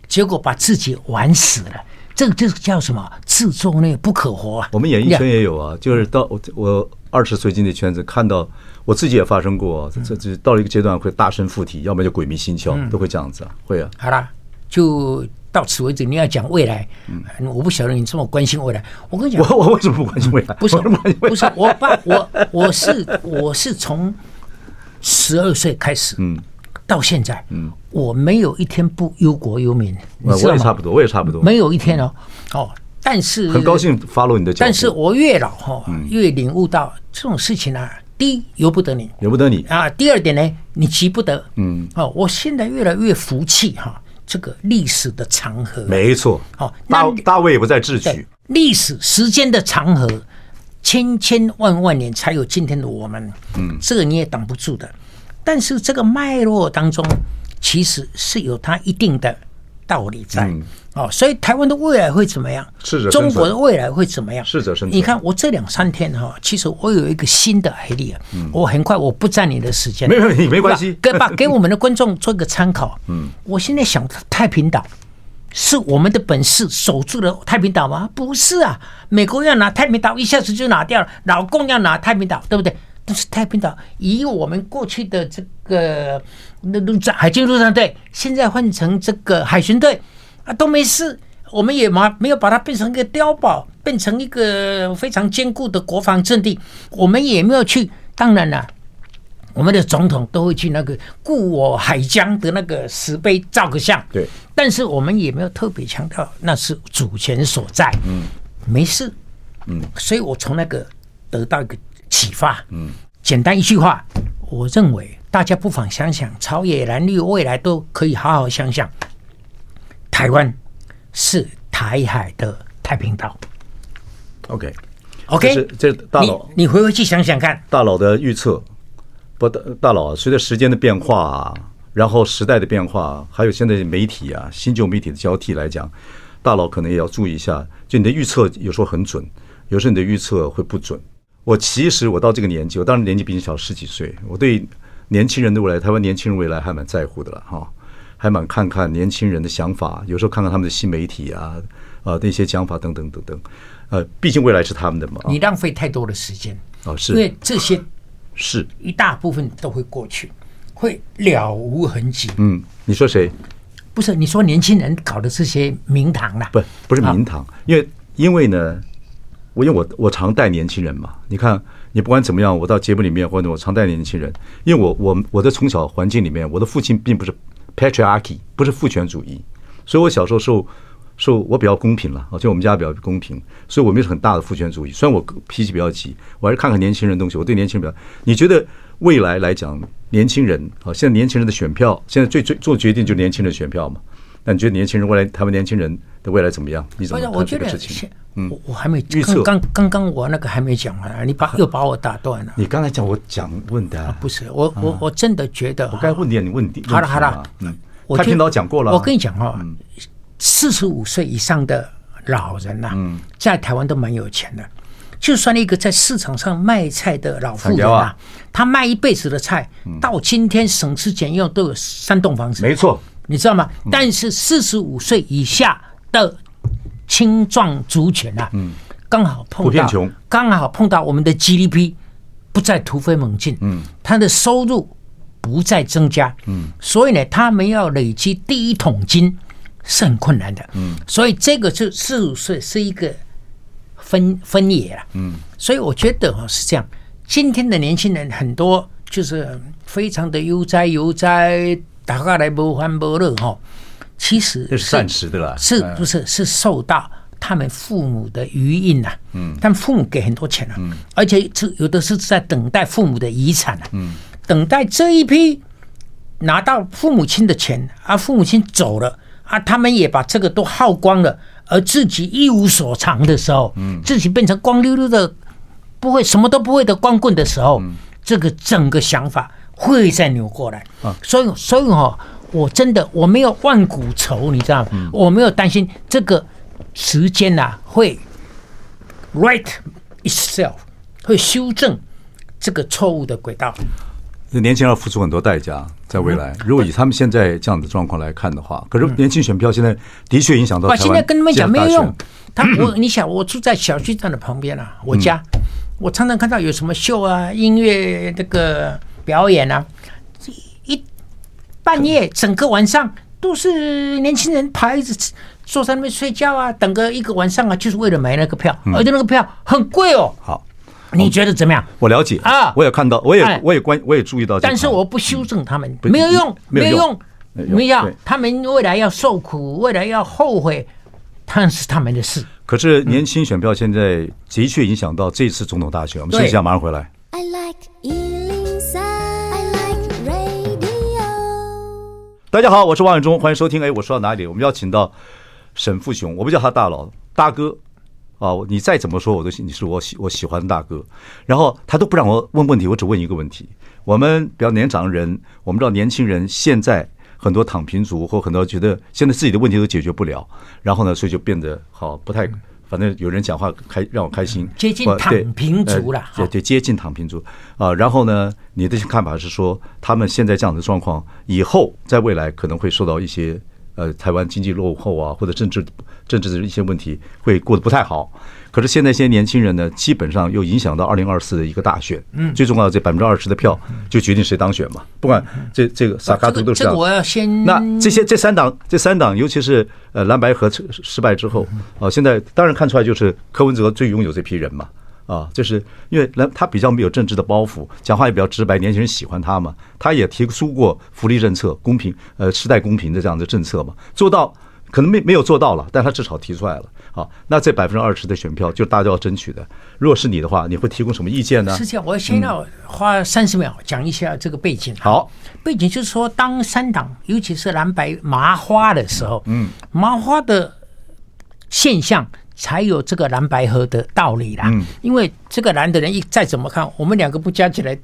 [SPEAKER 2] 结果把自己玩死了。这个这个叫什么？自作孽不可活啊！
[SPEAKER 1] 我们演艺圈
[SPEAKER 2] 你看
[SPEAKER 1] 也有啊，就是到我我二十岁进这圈子，看到我自己也发生过啊，这这到了一个阶段会大声附体，要么就鬼迷心
[SPEAKER 2] 嗯
[SPEAKER 1] 窍，都会这样子啊，会啊。
[SPEAKER 2] 好啦，就到此为止。你要讲未来，嗯我不晓得你这么关心未来。我跟你讲
[SPEAKER 1] 我，我为什么不关心未来？
[SPEAKER 2] 不是
[SPEAKER 1] 我为什么关心未来
[SPEAKER 2] 不是，我爸我我是我是从十二岁开始，嗯，到现在，嗯，我没有一天不忧国忧民，你
[SPEAKER 1] 我
[SPEAKER 2] 知道
[SPEAKER 1] 也差
[SPEAKER 2] 吗
[SPEAKER 1] 不？多，我也差不多，嗯
[SPEAKER 2] 没有一天哦，哦，但是
[SPEAKER 1] 很高，兴嗯 follow 你的脚步。
[SPEAKER 2] 但是我越老哈、越领悟到这种事情啊，第一由不得你，
[SPEAKER 1] 由不得你，
[SPEAKER 2] 啊，第二点呢，你急不得，嗯，哦，我现在越来越服气哈、这个历史的长河，
[SPEAKER 1] 没错。
[SPEAKER 2] 好那
[SPEAKER 1] 大大卫也不在智取
[SPEAKER 2] 对，历史时间的长河，千千万万年才有今天的我们。嗯，这个你也挡不住的。但是这个脉络当中，其实是有它一定的道理在。哦，所以台湾的未来会怎么样？
[SPEAKER 1] 嗯适者生存
[SPEAKER 2] 中国的未来会怎么样？
[SPEAKER 1] 适者生存
[SPEAKER 2] 你看，我这两三天哈，其实我有一个新的 idea，、我
[SPEAKER 1] 嗯
[SPEAKER 2] 很快我不占你的时间，
[SPEAKER 1] 没有你没关系
[SPEAKER 2] 对吧给把给我们的观众做个 参考。嗯，我现在想太平岛。是我们的本事守住了太平岛吗？不是啊，美国要拿太平岛，一下子就拿掉了；老共要拿太平岛，对不对？但是太平岛以我们过去的这个那陆战海军陆战队，现在换成这个海巡队啊，都没事。我们也嘛没有把它变成一个碉堡，变成一个非常坚固的国防阵地，我们也没有去。当然了、我们的总统都会去那个故我海疆的那个石碑照个相。
[SPEAKER 1] 对，
[SPEAKER 2] 但是我们也没有特别强调那是主权所在。嗯，没事。嗯，所以我从那个得到一个启发。嗯，简单一句话，我认为大家不妨想想，朝野蓝绿未来都可以好好想想，台湾是台海的太平岛。
[SPEAKER 1] OK，这
[SPEAKER 2] OK，
[SPEAKER 1] 是这是大佬哦
[SPEAKER 2] 你你回回去想想看。
[SPEAKER 1] 大佬的预测，不大大佬啊随着时间的变化啊，然后时代的变化，还有现在媒体啊新旧媒体的交替来讲，大佬可能也要注意一下，就你的预测有时候很准，有时候你的预测会不准。我其实我到这个年纪，我当然年纪比你小十几岁，我对年轻人的未来，台湾年轻人未来还蛮在乎的了哈。还蛮看看年轻人的想法，有时候看看他们的新媒体啊，呃，那些讲法等等等等，呃，毕竟未来是他们的嘛，啊
[SPEAKER 2] 你浪费太多的时间
[SPEAKER 1] 哦是
[SPEAKER 2] 因为这些
[SPEAKER 1] 是，
[SPEAKER 2] 一大部分都会过去，会了无痕迹。
[SPEAKER 1] 嗯，你说谁？
[SPEAKER 2] 不是你说年轻人搞的这些名堂啦、
[SPEAKER 1] 不不是名堂，因为因为呢，我因为我我常带年轻人嘛，你看你不管怎么样，我到节目里面或者我常带年轻人，因为我我我的从小环境里面，我的父亲并不是 patriarchy，不是父权主义，所以我小时候受受我比较公平了啊，就我们家比较公平，所以我没有很大的父权主义。虽然我脾气比较急，我还是看看年轻人的东西，我对年轻人比较，你觉得未来来讲，年轻人啊，现在年轻人的选票，现在最最做决定就是年轻人的选票嘛。那你觉得年轻人未来，台湾年轻人的未来怎么样？你怎么
[SPEAKER 2] 不是，
[SPEAKER 1] 看
[SPEAKER 2] 我
[SPEAKER 1] 这
[SPEAKER 2] 觉
[SPEAKER 1] 个事
[SPEAKER 2] 得
[SPEAKER 1] 情嗯
[SPEAKER 2] 是？，我我还没
[SPEAKER 1] 预测
[SPEAKER 2] 刚刚刚刚我那个还没讲完啊，你把 又把我打断了。
[SPEAKER 1] 你刚才讲我讲问的啊、
[SPEAKER 2] 不是，我我我真的觉得啊，
[SPEAKER 1] 我该问点你问题。
[SPEAKER 2] 好
[SPEAKER 1] 问题
[SPEAKER 2] 了
[SPEAKER 1] 嘛
[SPEAKER 2] 好了
[SPEAKER 1] 嗯，
[SPEAKER 2] 我
[SPEAKER 1] 太
[SPEAKER 2] 觉
[SPEAKER 1] 平岛讲过了啊。
[SPEAKER 2] 我跟你讲哈、哦，四十五岁以上的老人呐、
[SPEAKER 1] 嗯
[SPEAKER 2] 在台湾都蛮有钱的。就算一个在市场上卖菜的老妇
[SPEAKER 1] 惨
[SPEAKER 2] 人
[SPEAKER 1] 掉啊嗯
[SPEAKER 2] 啊，他卖一辈子的菜，到今天省吃俭用都有三栋房子，
[SPEAKER 1] 没错，嗯
[SPEAKER 2] 你知道吗？但是四十五岁以下的青壮族群啊，
[SPEAKER 1] 嗯
[SPEAKER 2] 刚好碰
[SPEAKER 1] 普遍
[SPEAKER 2] 到
[SPEAKER 1] 穷
[SPEAKER 2] 刚好碰到我们的 GDP 不再突飞猛进，嗯，他的收入不再增加，嗯，所以呢，他们要累积第一桶金是很困难的，嗯，所以这个就四十五岁是一个分分野了，嗯，所以我觉得哦是这样，今天的年轻人很多就是非常的悠哉悠哉，打下来不欢不乐哈，哦其实
[SPEAKER 1] 这是暂时的啦。
[SPEAKER 2] 是不是是受到他们父母的余荫呐、嗯，他们父母给很多钱啊，嗯，而且是有的是在等待父母的遗产啊，嗯，等待这一批拿到父母亲的钱啊，父母亲走了啊，他们也把这个都耗光了，而自己一无所长的时候，嗯，自己变成光溜溜的，不会什么都不会的光棍的时候，这个整个想法会再扭过来。啊、所以，所以哦，我真的我没有万古愁，你知道吗？我没有担心这个时间呐、啊会 right itself 会修正这个错误的轨道。
[SPEAKER 1] 这年轻人要付出很多代价，在未
[SPEAKER 2] 嗯
[SPEAKER 1] 来，如果以他们现在这样的状况来看的话，可是年轻选票现在的确影响到
[SPEAKER 2] 我
[SPEAKER 1] 台湾。
[SPEAKER 2] 嗯现在跟他们讲没有
[SPEAKER 1] 现在大
[SPEAKER 2] 用
[SPEAKER 1] 选。
[SPEAKER 2] 他 我你想，我住在小巨蛋的旁边
[SPEAKER 1] 嗯
[SPEAKER 2] 啊，我家，我常常看到有什么秀啊、音乐那个表演啊，一半夜整个晚上都是年轻人排着坐在那边睡觉啊，等个一个晚上啊，就是为了买那个票，
[SPEAKER 1] 嗯
[SPEAKER 2] 而且那个票很贵哦。
[SPEAKER 1] 好，
[SPEAKER 2] 你觉得怎么样？
[SPEAKER 1] 我了解
[SPEAKER 2] 啊
[SPEAKER 1] 我也看到，我也
[SPEAKER 2] 哎
[SPEAKER 1] 我也关，我也注意到这个。
[SPEAKER 2] 但是我不修正他们，
[SPEAKER 1] 不
[SPEAKER 2] 没有用，
[SPEAKER 1] 没
[SPEAKER 2] 没
[SPEAKER 1] 有
[SPEAKER 2] 有
[SPEAKER 1] 用
[SPEAKER 2] 用，
[SPEAKER 1] 没有用
[SPEAKER 2] 没有
[SPEAKER 1] 对，
[SPEAKER 2] 他们未来要受苦，未来要后悔，但是他们的事。
[SPEAKER 1] 可是年轻选票现在的确影响到这次总统大选。我们休息一下，
[SPEAKER 2] 对
[SPEAKER 1] 马上回来。
[SPEAKER 3] I like Ealing Sound. I like radio.
[SPEAKER 1] 大家好，我是王永忠，欢迎收听。哎，我说到哪里？我们邀请到沈富雄，我不叫他大佬，大哥啊！你再怎么说，我都你是我喜我喜欢的大哥。然后他都不让我问问题，我只问一个问题。我们比较年长人，我们知道年轻人现在很多躺平族或很多觉得现在自己的问题都解决不了，然后呢，所以就变得好不太，反正有人讲话开让我开心，
[SPEAKER 2] 嗯接近
[SPEAKER 1] 我对
[SPEAKER 2] 躺平族
[SPEAKER 1] 呃
[SPEAKER 2] 啦
[SPEAKER 1] 对
[SPEAKER 2] 哈
[SPEAKER 1] 对，接近躺平族啊。然后呢，你的看法是说，他们现在这样的状况，以后在未来可能会受到一些呃台湾经济落后啊，或者政治政治的一些问题会过得不太好。可是现在一些年轻人呢，基本上又影响到二零二四的一个大选，嗯，最重要的这百分之二十的票就决定谁当选嘛。不管这这个萨卡
[SPEAKER 2] 嗯这
[SPEAKER 1] 都
[SPEAKER 2] 个
[SPEAKER 1] 都是
[SPEAKER 2] 这
[SPEAKER 1] 这
[SPEAKER 2] 个
[SPEAKER 1] 样。
[SPEAKER 2] 我要先
[SPEAKER 1] 那这些这三党这三党，尤其是呃蓝白合失失败之后，啊，现在当然看出来就是柯文哲最拥有这批人嘛，啊，就是因为蓝他比较没有政治的包袱，讲话也比较直白，年轻人喜欢他嘛，他也提出过福利政策、公平呃时代公平的这样的政策嘛，做到。可能没没有做到了，但他至少提出来了啊。那这百分之二十的选票就是大家要争取的。如果是你的话，你会提供什么意见呢
[SPEAKER 2] 是？这样，我先要花三十秒讲一下这个背景。
[SPEAKER 1] 好，
[SPEAKER 2] 背景就是说，当三党，尤其是蓝白麻花的时候，嗯，麻花的现象才有这个蓝白合的道理啦。嗯，因为这个蓝的人一再怎么看，我们两个不加起来，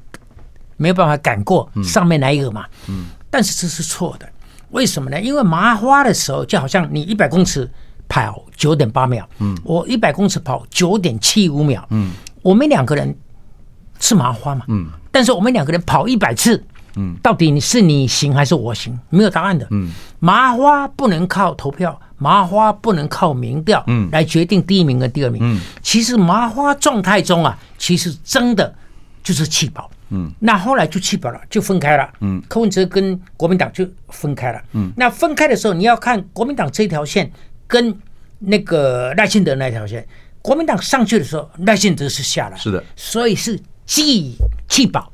[SPEAKER 2] 没有办法赶过上面那一个嘛。嗯，但是这是错的，为什么呢？因为麻花的时候，就好像你一百公尺跑九点八秒，嗯，我一百公尺跑九点七五秒，嗯，我们两个人是麻花嘛，嗯，但是我们两个人跑一百次，嗯，到底你是你行还是我行，没有答案的，嗯，麻花不能靠投票，麻花不能靠民调，嗯，来决定第一名跟第二名，嗯，其实麻花状态中啊，其实真的就是气饱，嗯，那后来就气饱了，就分开了，嗯，柯文哲跟国民党就分开了，嗯，那分开的时候，你要看国民党这条线跟那个赖清德那条线，国民党上去的时候，赖幸德是下来，
[SPEAKER 1] 是的
[SPEAKER 2] 所以是既弃保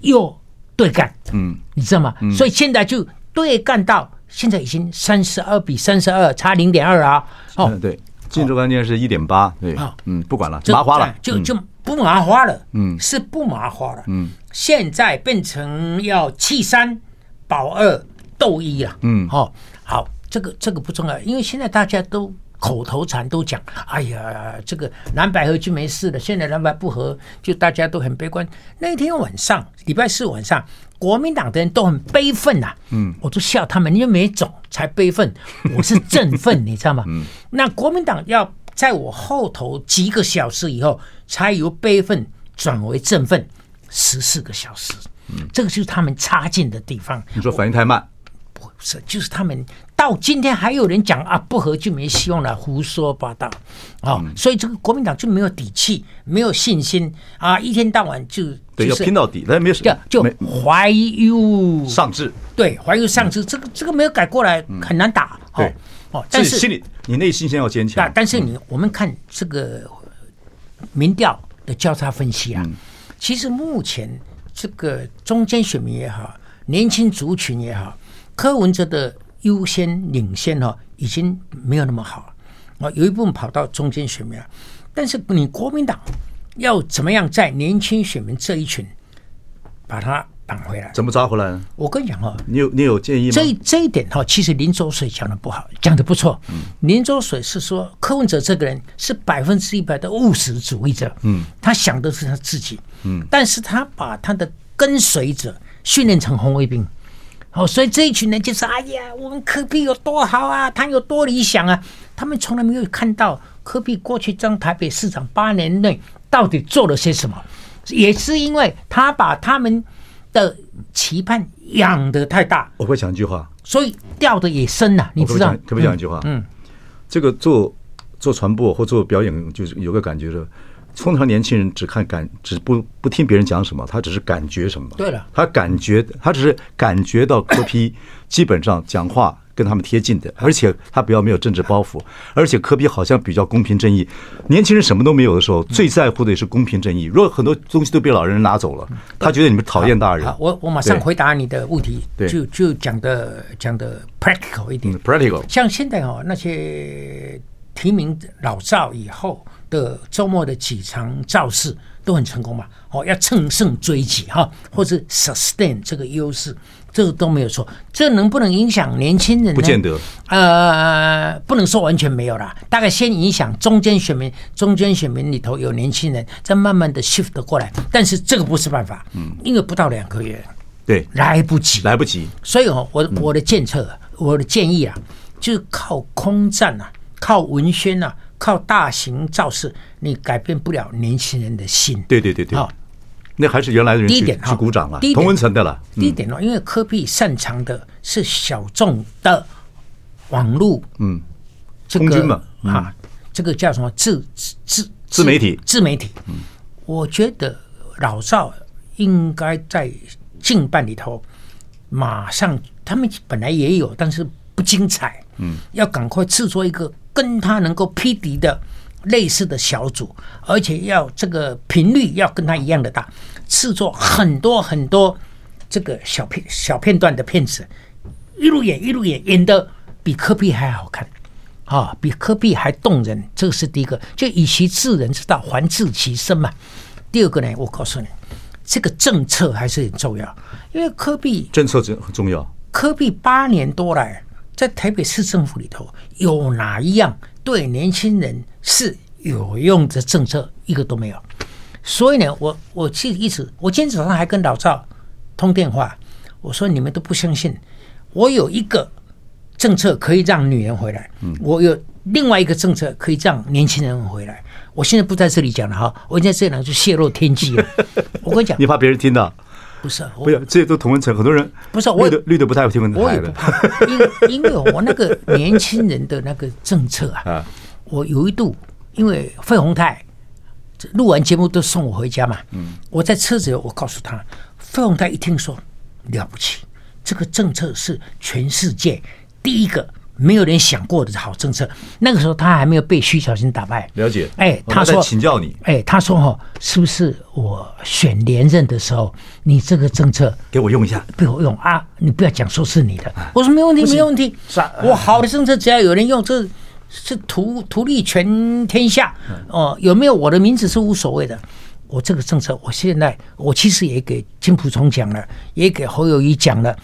[SPEAKER 2] 又对干，嗯，你知道吗？所以现在就对干到现在已经三十二比三十二，差零点二啊，哦
[SPEAKER 1] 嗯，，对，进入关键是一点八，对
[SPEAKER 2] 好，
[SPEAKER 1] 嗯，不管了，
[SPEAKER 2] 哦就哎
[SPEAKER 1] 麻花了，
[SPEAKER 2] 就
[SPEAKER 1] 嗯
[SPEAKER 2] 就不麻花了，嗯，是不麻花了，嗯，现在变成要弃三保二斗一啊，嗯，哦，好，这个这个不重要，因为现在大家都口头禅都讲，哎呀，这个蓝白合就没事了，现在蓝白不合，就大家都很悲观。那天晚上，礼拜四晚上。国民党的人都很悲愤呐、嗯，我就笑他们，你们没种才悲愤，我是振奋，你知道吗？嗯，那国民党要在我后头几个小时以后，才由悲愤转为振奋，十四个小时。这个就是他们差劲的地方。
[SPEAKER 1] 你说反应太慢，
[SPEAKER 2] 不是，就是他们到今天还有人讲啊，不合就没希望了，胡说八道啊、
[SPEAKER 1] 嗯
[SPEAKER 2] 哦所以这个国民党就没有底气，没有信心啊，一天到晚就
[SPEAKER 1] 对，
[SPEAKER 2] 就
[SPEAKER 1] 要
[SPEAKER 2] 是
[SPEAKER 1] 拼到底，但没事
[SPEAKER 2] 要，就
[SPEAKER 1] 没
[SPEAKER 2] 怀忧
[SPEAKER 1] 上智，
[SPEAKER 2] 对怀忧丧志，这个这个没有改过来很难打。哦
[SPEAKER 1] 对
[SPEAKER 2] 哦，但
[SPEAKER 1] 自
[SPEAKER 2] 是
[SPEAKER 1] 己心里你内心先要坚
[SPEAKER 2] 那
[SPEAKER 1] 强，
[SPEAKER 2] 但是你、我们看这个民调的交叉分析啊，其实目前这个中间选民也好，年轻族群也好，柯文哲的优先领先哦，已经没有那么好了啊，有一部分跑到中间选民了。啊但是你国民党要怎么样在年轻选民这一群把它绑回来？
[SPEAKER 1] 怎么抓回来呢？
[SPEAKER 2] 我跟你讲哦，
[SPEAKER 1] 你有你有建议吗
[SPEAKER 2] 这？一这一点哈，其实林州水讲的不好，讲的不错。林州水是说柯文哲这个人是百分之一百的务实主义者，嗯，他想的是他自己，嗯，但是他把他的跟随者训练成红卫兵。哦，所以这一群人就是，哎呀，我们科比有多好啊，他有多理想啊，他们从来没有看到科比过去当台北市长八年内到底做了些什么，也是因为他把他们的期盼养得太大，
[SPEAKER 1] 我会讲一句话，
[SPEAKER 2] 所以掉的也深呐、啊你
[SPEAKER 1] 我可不可
[SPEAKER 2] 知
[SPEAKER 1] 以
[SPEAKER 2] 道
[SPEAKER 1] 讲？可不可以讲一句话？嗯，这个做做传播或做表演，就是有个感觉是，通常年轻人只看感，只不不听别人讲什么，他只是感觉什么。
[SPEAKER 2] 对了
[SPEAKER 1] 他感觉，他只是感觉到柯批基本上讲话跟他们贴近的，而且他比较没有政治包 袱，而且柯批好像比较公平正义。年轻人什么都没有的时候，最在乎的也是公平正义。如果很多东西都被老人拿走了，他觉得你们讨厌大人
[SPEAKER 2] 嗯好，。我我马上
[SPEAKER 1] 对
[SPEAKER 2] 回答你的问题，
[SPEAKER 1] 对
[SPEAKER 2] 就就讲的讲的 practical 一点
[SPEAKER 1] 嗯。，practical
[SPEAKER 2] 像现在哦，那些提名老赵以后的周末的几场造势都很成功嘛，哦，要乘胜追击哈，或者 sustain 这个优势，这个都没有错。这能不能影响年轻人呢？
[SPEAKER 1] 不见得。
[SPEAKER 2] 呃，不能说完全没有啦，大概先影响中间选民，中间选民里头有年轻人，再慢慢的 shift 过来。但是这个不是办法，嗯，因为不到两个月
[SPEAKER 1] 对，
[SPEAKER 2] 来不及，
[SPEAKER 1] 来不及。
[SPEAKER 2] 所以
[SPEAKER 1] 嗯
[SPEAKER 2] 哦，我我的建策，我的建议啊，就是靠空战啊，靠文宣啊，靠大型造势，你改变不了年轻人的心。
[SPEAKER 1] 对对对对。
[SPEAKER 2] 好
[SPEAKER 1] 那还是原来的人
[SPEAKER 2] 第一
[SPEAKER 1] 去
[SPEAKER 2] 点哈
[SPEAKER 1] 去鼓掌了
[SPEAKER 2] 第一，点
[SPEAKER 1] 同文层的了。
[SPEAKER 2] 第一点哦，因为科比擅长的是小众的网络，嗯，这
[SPEAKER 1] 空军嘛
[SPEAKER 2] 个啊，这个叫什么自自自
[SPEAKER 1] 嗯自媒体
[SPEAKER 2] 自媒体。我觉得老赵应该在近半里头马上，他们本来也有，但是不精彩，嗯，要赶快制作一个跟他能够匹敌的类似的小组，而且要这个频率要跟他一样的大，制作很多很多这个小片小片段的片子，一路演一路演，演的比科比还好看。啊，比科比还动人，这是第一个。就以其治人之道，还治其身嘛。第二个呢，我告诉你，这个政策还是很重要，因为科比
[SPEAKER 1] 政策很重要，
[SPEAKER 2] 科比八年多来，在台北市政府里头，有哪一样对年轻人是有用的政策，一个都没有。所以呢，我我其实一直，我今天早上还跟老赵通电话，我说你们都不相信，我有一个政策可以让女人回来，我有另外一个政策可以让年轻人回来。我现在不在这里讲了哈，我现在这里讲就泄露天机了。我跟你讲
[SPEAKER 1] 你，怕别人听到？
[SPEAKER 2] 不是，啊我
[SPEAKER 1] 不要，这些都同文层，很多人
[SPEAKER 2] 不是我
[SPEAKER 1] 绿的绿的不太会听文
[SPEAKER 2] 我
[SPEAKER 1] 台
[SPEAKER 2] 也不
[SPEAKER 1] 的，
[SPEAKER 2] 怕，因因 为我那个年轻人的那个政策啊，我有一度因为费鸿泰这录完节目都送我回家嘛，我在车子里我告诉他，费鸿泰一听说了不起，这个政策是全世界第一个没有人想过的好政策。那个时候他还没有被徐小新打败。
[SPEAKER 1] 了解
[SPEAKER 2] 哎，
[SPEAKER 1] 我
[SPEAKER 2] 他
[SPEAKER 1] 在
[SPEAKER 2] 说
[SPEAKER 1] 请教你
[SPEAKER 2] 哎，他说哈，是不是我选连任的时候，你这个政策
[SPEAKER 1] 给我用一下。
[SPEAKER 2] 被我用啊？你不要讲说是你的，我说没问题，没问题。我好的政策只要有人用，这是图图利全天下哦、有没有我的名字是无所谓的。我这个政策，我现在我其实也给金溥聪讲了，也给侯友谊讲了。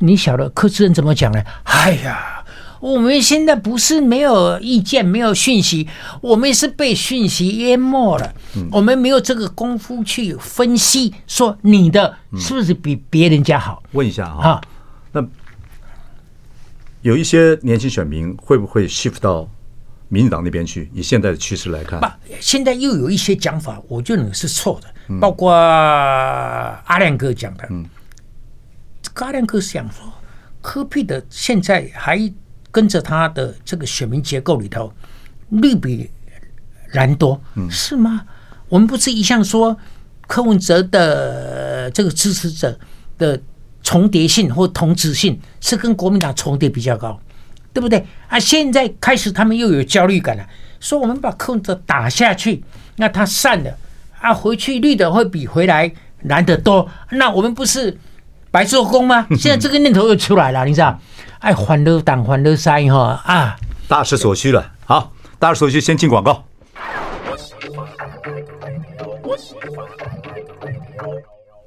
[SPEAKER 2] 你晓得柯志恩怎么讲呢？哎呀，我们现在不是没有意见、没有讯息，我们是被讯息淹没了。我们没有这个功夫去分析，说你的是不是比别人家好？
[SPEAKER 1] 问一下
[SPEAKER 2] 啊
[SPEAKER 1] 哈，那有一些年轻选民会不会 shift 到民进党那边去？以现在的趋势来看，
[SPEAKER 2] 不，现在又有一些讲法，我觉得是错的，包括阿亮哥讲的。这个阿亮哥是想说，科比的现在还跟着他的这个选民结构里头，绿比蓝多，是吗？我们不是一向说柯文哲的呃这个支持者的重叠性或同质性是跟国民党重叠比较高，对不对？啊，现在开始他们又有焦虑感了，说我们把柯文哲打下去，那他散了啊，回去绿的会比回来蓝的多，那我们不是白做工吗？现在这个念头又出来了，你知道？哎，欢乐党、欢乐山哈啊！
[SPEAKER 1] 大势所趋了。好，大势所趋，先进广告。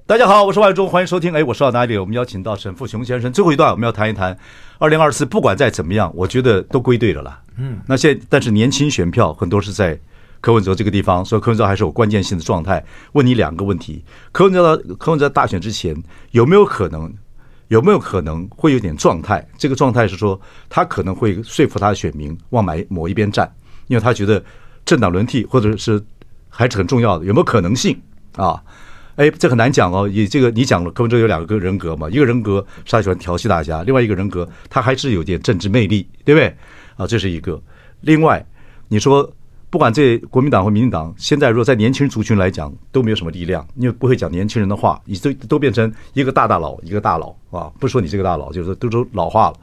[SPEAKER 1] 大家好，我是万忠，欢迎收听。哎，我说到哪里了？我们邀请到沈富雄先生。最后一段我们要谈一谈二零二四，不管再怎么样，我觉得都归队了啦。嗯，那现但是年轻选票很多是在柯文哲这个地方，所以柯文哲还是有关键性的状态。问你两个问题：柯文哲到柯文哲大选之前有没有可能？有没有可能会有点状态？这个状态是说，他可能会说服他的选民往买某一边站，因为他觉得政党轮替或者是还是很重要的，有没有可能性啊？哎，这很难讲哦。以这个你讲了，柯文哲有两个人格嘛，一个人格是他喜欢调戏大家，另外一个人格他还是有点政治魅力，对不对？啊，这是一个。另外，你说不管这国民党或民进党，现在如果在年轻人族群来讲都没有什么力量，因为不会讲年轻人的话，你都都变成一个大大佬一个大佬啊，不说你这个大佬，就是说都都老化了。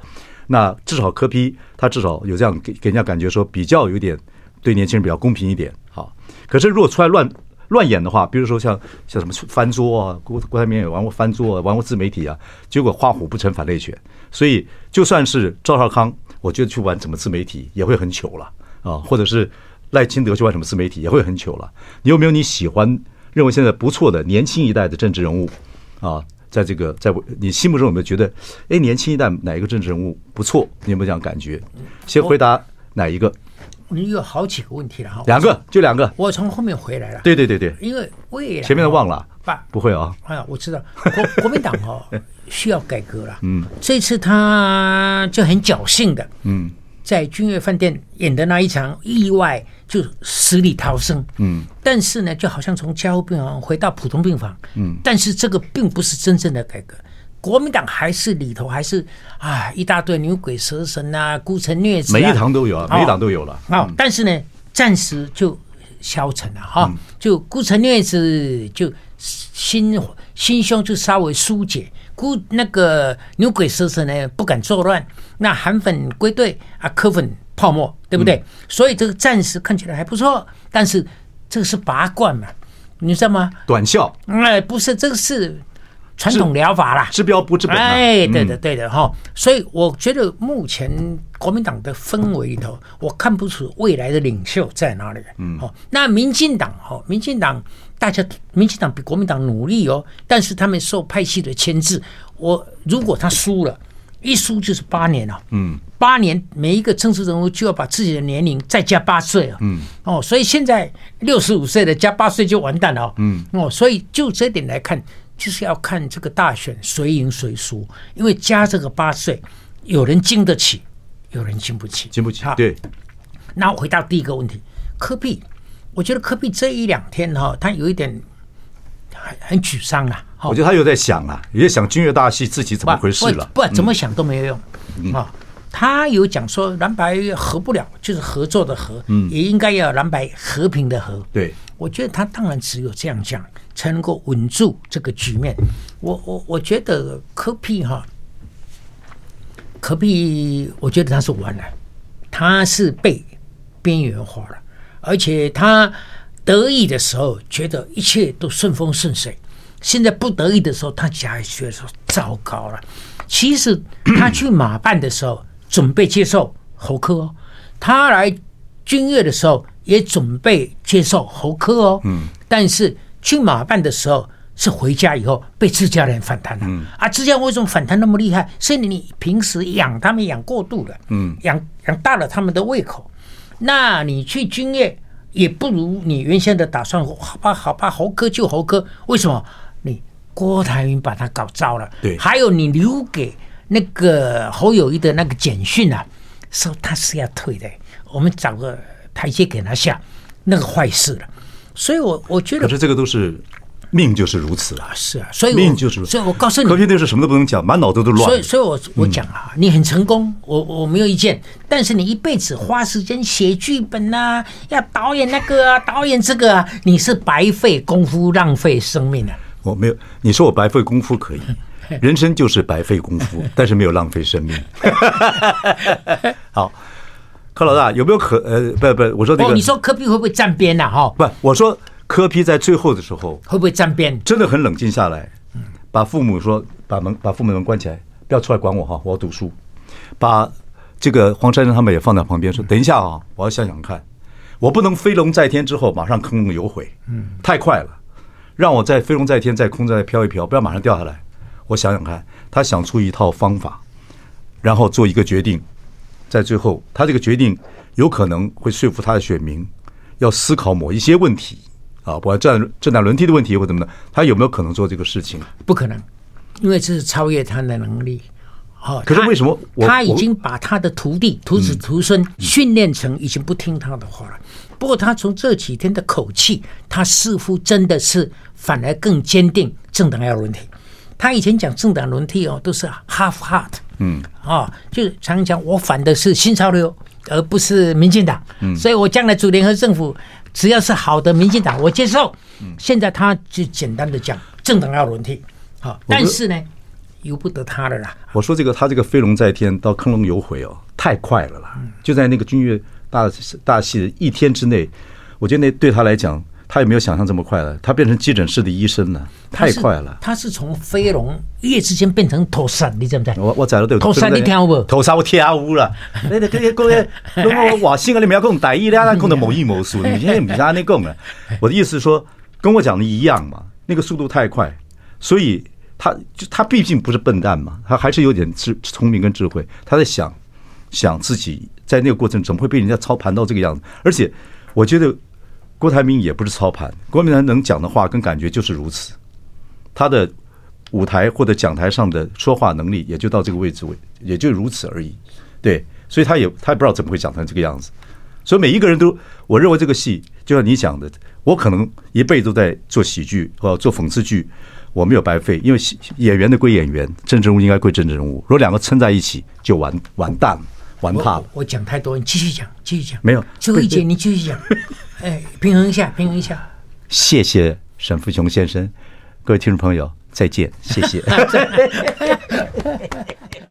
[SPEAKER 1] 那至少柯批他至少有这样给给人家感觉说比较有点对年轻人比较公平一点，好。可是如果出来乱乱演的话，比如说像像什么翻桌啊，郭郭台铭也玩过翻桌啊，玩过自媒体啊，结果画虎不成反类犬。所以就算是赵少康，我觉得去玩什么自媒体也会很糗了啊，或者是赖清德去玩什么自媒体也会很糗了。你有没有你喜欢、认为现在不错的年轻一代的政治人物啊？在这个在你心目中有没有觉得，哎，年轻一代哪一个政治人物不错？你有没有这样感觉？先回答哪一个？
[SPEAKER 2] 你有好几个问题了哈，
[SPEAKER 1] 两个，就两个。
[SPEAKER 2] 我从后面回来了。，
[SPEAKER 1] 对对对对，
[SPEAKER 2] 因为未来
[SPEAKER 1] 前面的忘了。
[SPEAKER 2] 吧，
[SPEAKER 1] 不会啊，
[SPEAKER 2] 哎呀，我知道国 国民党哦需要改革了。嗯，这次他就很侥幸的，嗯，在君悦饭店演的那一场意外就死里逃生。嗯，但是呢，就好像从加护病房回到普通病房。嗯，但是这个并不是真正的改革。国民党还是里头还是啊一大堆牛鬼蛇神啊孤臣孽子、啊，
[SPEAKER 1] 每一堂都有啊，
[SPEAKER 2] 哦
[SPEAKER 1] 每一档都有了。
[SPEAKER 2] 啊、但是呢，暂时就消沉了哈，就孤城烈子就心心胸就稍微疏解，孤那个牛鬼蛇神呢不敢作乱，那韩粉归队啊，柯粉泡沫，对不对？所以这个暂时看起来还不错，但是这个是拔罐嘛，你知道吗？
[SPEAKER 1] 短效
[SPEAKER 2] 哎、不是，这个是传统疗法啦，
[SPEAKER 1] 治标不治本啊。
[SPEAKER 2] 哎，对的，对的哈。所以我觉得目前国民党的氛围里头，我看不出未来的领袖在哪里。嗯，好，那民进党哈，民进党大家，民进党比国民党努力哦，但是他们受派系的牵制。我如果他输了，一输就是八年了。嗯，八年，每一个政治人物就要把自己的年龄再加八岁啊。嗯，哦，所以现在六十五岁的加八岁就完蛋了。嗯，哦，所以就这点来看，就是要看这个大选谁赢谁输，因为加这个八岁，有人经得起，有人经不起。
[SPEAKER 1] 经不起
[SPEAKER 2] 好。
[SPEAKER 1] 对，
[SPEAKER 2] 那我回到第一个问题，科比，我觉得科比这一两天哈、他有一点很很沮丧啊。哈
[SPEAKER 1] 我觉得他有在想啊，也在想君乐大戏自己怎么
[SPEAKER 2] 不
[SPEAKER 1] 回事了。嗯
[SPEAKER 2] 不，不怎么想都没有用啊、他有讲说蓝白合不了，就是合作的合，也应该要蓝白和平的和。
[SPEAKER 1] 嗯对
[SPEAKER 2] 我觉得他当然只有这样讲，才能够稳住这个局面。我我我觉得科比哈，可比，我觉得他是完了，他是被边缘化了，而且他得意的时候觉得一切都顺风顺水，现在不得意的时候，他才觉得说糟糕了。其实他去马办的时候，准备接受侯科哦，他来军乐的时候也准备接受侯科哦，嗯，但是去马办的时候。是回家以后被自家人反弹了、啊！自家人为什么反弹那么厉害？是你平时养他们养过度了，嗯，养养大了他们的胃口。那你去军业也不如你原先的打算，好吧，好吧，猴哥就猴哥，为什么？你郭台铭把他搞糟了，
[SPEAKER 1] 对
[SPEAKER 2] 还有你留给那个侯友谊的那个简讯啊，说他是要退的，我们找个台阶给他下，那个坏事了。所以我我觉得
[SPEAKER 1] 可是这个都是命就是如此啊，
[SPEAKER 2] 是啊，所以我
[SPEAKER 1] 命就是如此。
[SPEAKER 2] 所以我告诉你
[SPEAKER 1] 柯，批那是什么都不能讲，满脑子都乱嗯
[SPEAKER 2] 所以，。所以我我讲啊，你很成功，我我没有意见。但是你一辈子花时间写剧本呐、要导演那个啊，导演这个啊，你是白费功夫，浪费生命啊。
[SPEAKER 1] 我没有，你说我白费功夫 可以，人生就是白费功夫，但是没有浪费生 命。好，柯老大有没有可呃不不，我说这
[SPEAKER 2] 哦，
[SPEAKER 1] 个
[SPEAKER 2] 你说科比会不会站边呐、哈，
[SPEAKER 1] 不，我说柯批在最后的时候
[SPEAKER 2] 会不会站边？
[SPEAKER 1] 真的很冷静下来，把父母说把门把父母门关起来，不要出来管我哈，我要读书。把这个黄珊珊他们也放在旁边说，等一下啊，我要想想看，我不能飞龙在天之后马上空中有悔，嗯，太快了，让我在飞龙在天在空中再飘一飘，不要马上掉下来。我想想看，他想出一套方法，然后做一个决定，在最后，他这个决定有可能会说服他的选民要思考某一些问题啊，不管政政党轮替的问题或怎么的，他有没有可能做这个事情？
[SPEAKER 2] 不可能，因为这是超越他的能力。哦，
[SPEAKER 1] 可是
[SPEAKER 2] 他
[SPEAKER 1] 为什么我
[SPEAKER 2] 他已
[SPEAKER 1] 我
[SPEAKER 2] 经把他的徒弟、徒子、徒孙训练成已经不听他的话了？不过他从这几天的口气，他似乎真的是反而更坚定政党要轮替。他以前讲政党轮替哦，都是 half heart，嗯，啊、就是常讲我反的是新潮流，而不是民进党，嗯，所以我将来组联合政府，只要是好的民进党，我接受。现在他就简单的讲政党要轮替，好、但是呢，由不得他的啦，
[SPEAKER 1] 我说这个他这个飞龙在天到坑龙有悔哦，太快了啦！就在那个军乐大大戏一天之内，我觉得那对他来讲，他也没有想象这么快了。他变成急诊室的医生了，太快了。
[SPEAKER 2] 他是从飞龙一夜之间变成头山，你知不知道？
[SPEAKER 1] 我我知了对，
[SPEAKER 2] 头三你听有无？
[SPEAKER 1] 头三我听有啦。你你你讲咧，我外省啊，你不要讲台语啦，咱讲的某一某数，你现在不是安尼讲的。我的意思是说，跟我讲的一样嘛，那个速度太快，所以他就他毕竟不是笨蛋嘛，他还是有点智聪明跟智慧，他在想想自己在那个过程怎么会被人家操盘到这个样子，而且我觉得郭台铭也不是操盘，郭台铭能讲的话跟感觉就是如此。他的舞台或者讲台上的说话能力也就到这个位置位，也就如此而已。对，所以他也他也不知道怎么会讲成这个样子。所以每一个人都，我认为这个戏就像你讲的，我可能一辈子都在做喜剧或做讽刺剧，我没有白费，因为戏演员的归演员，政治人物应该归政治人物。如果两个撑在一起，就完完蛋了，完
[SPEAKER 2] 我
[SPEAKER 1] 怕了
[SPEAKER 2] 我。我讲太多，你继续讲，继续讲。
[SPEAKER 1] 没有
[SPEAKER 2] 最后一节
[SPEAKER 1] 被
[SPEAKER 2] 你 继续讲，哎，平衡一下，平衡一下。
[SPEAKER 1] 谢谢沈富雄先生，各位听众朋友，再见，谢谢。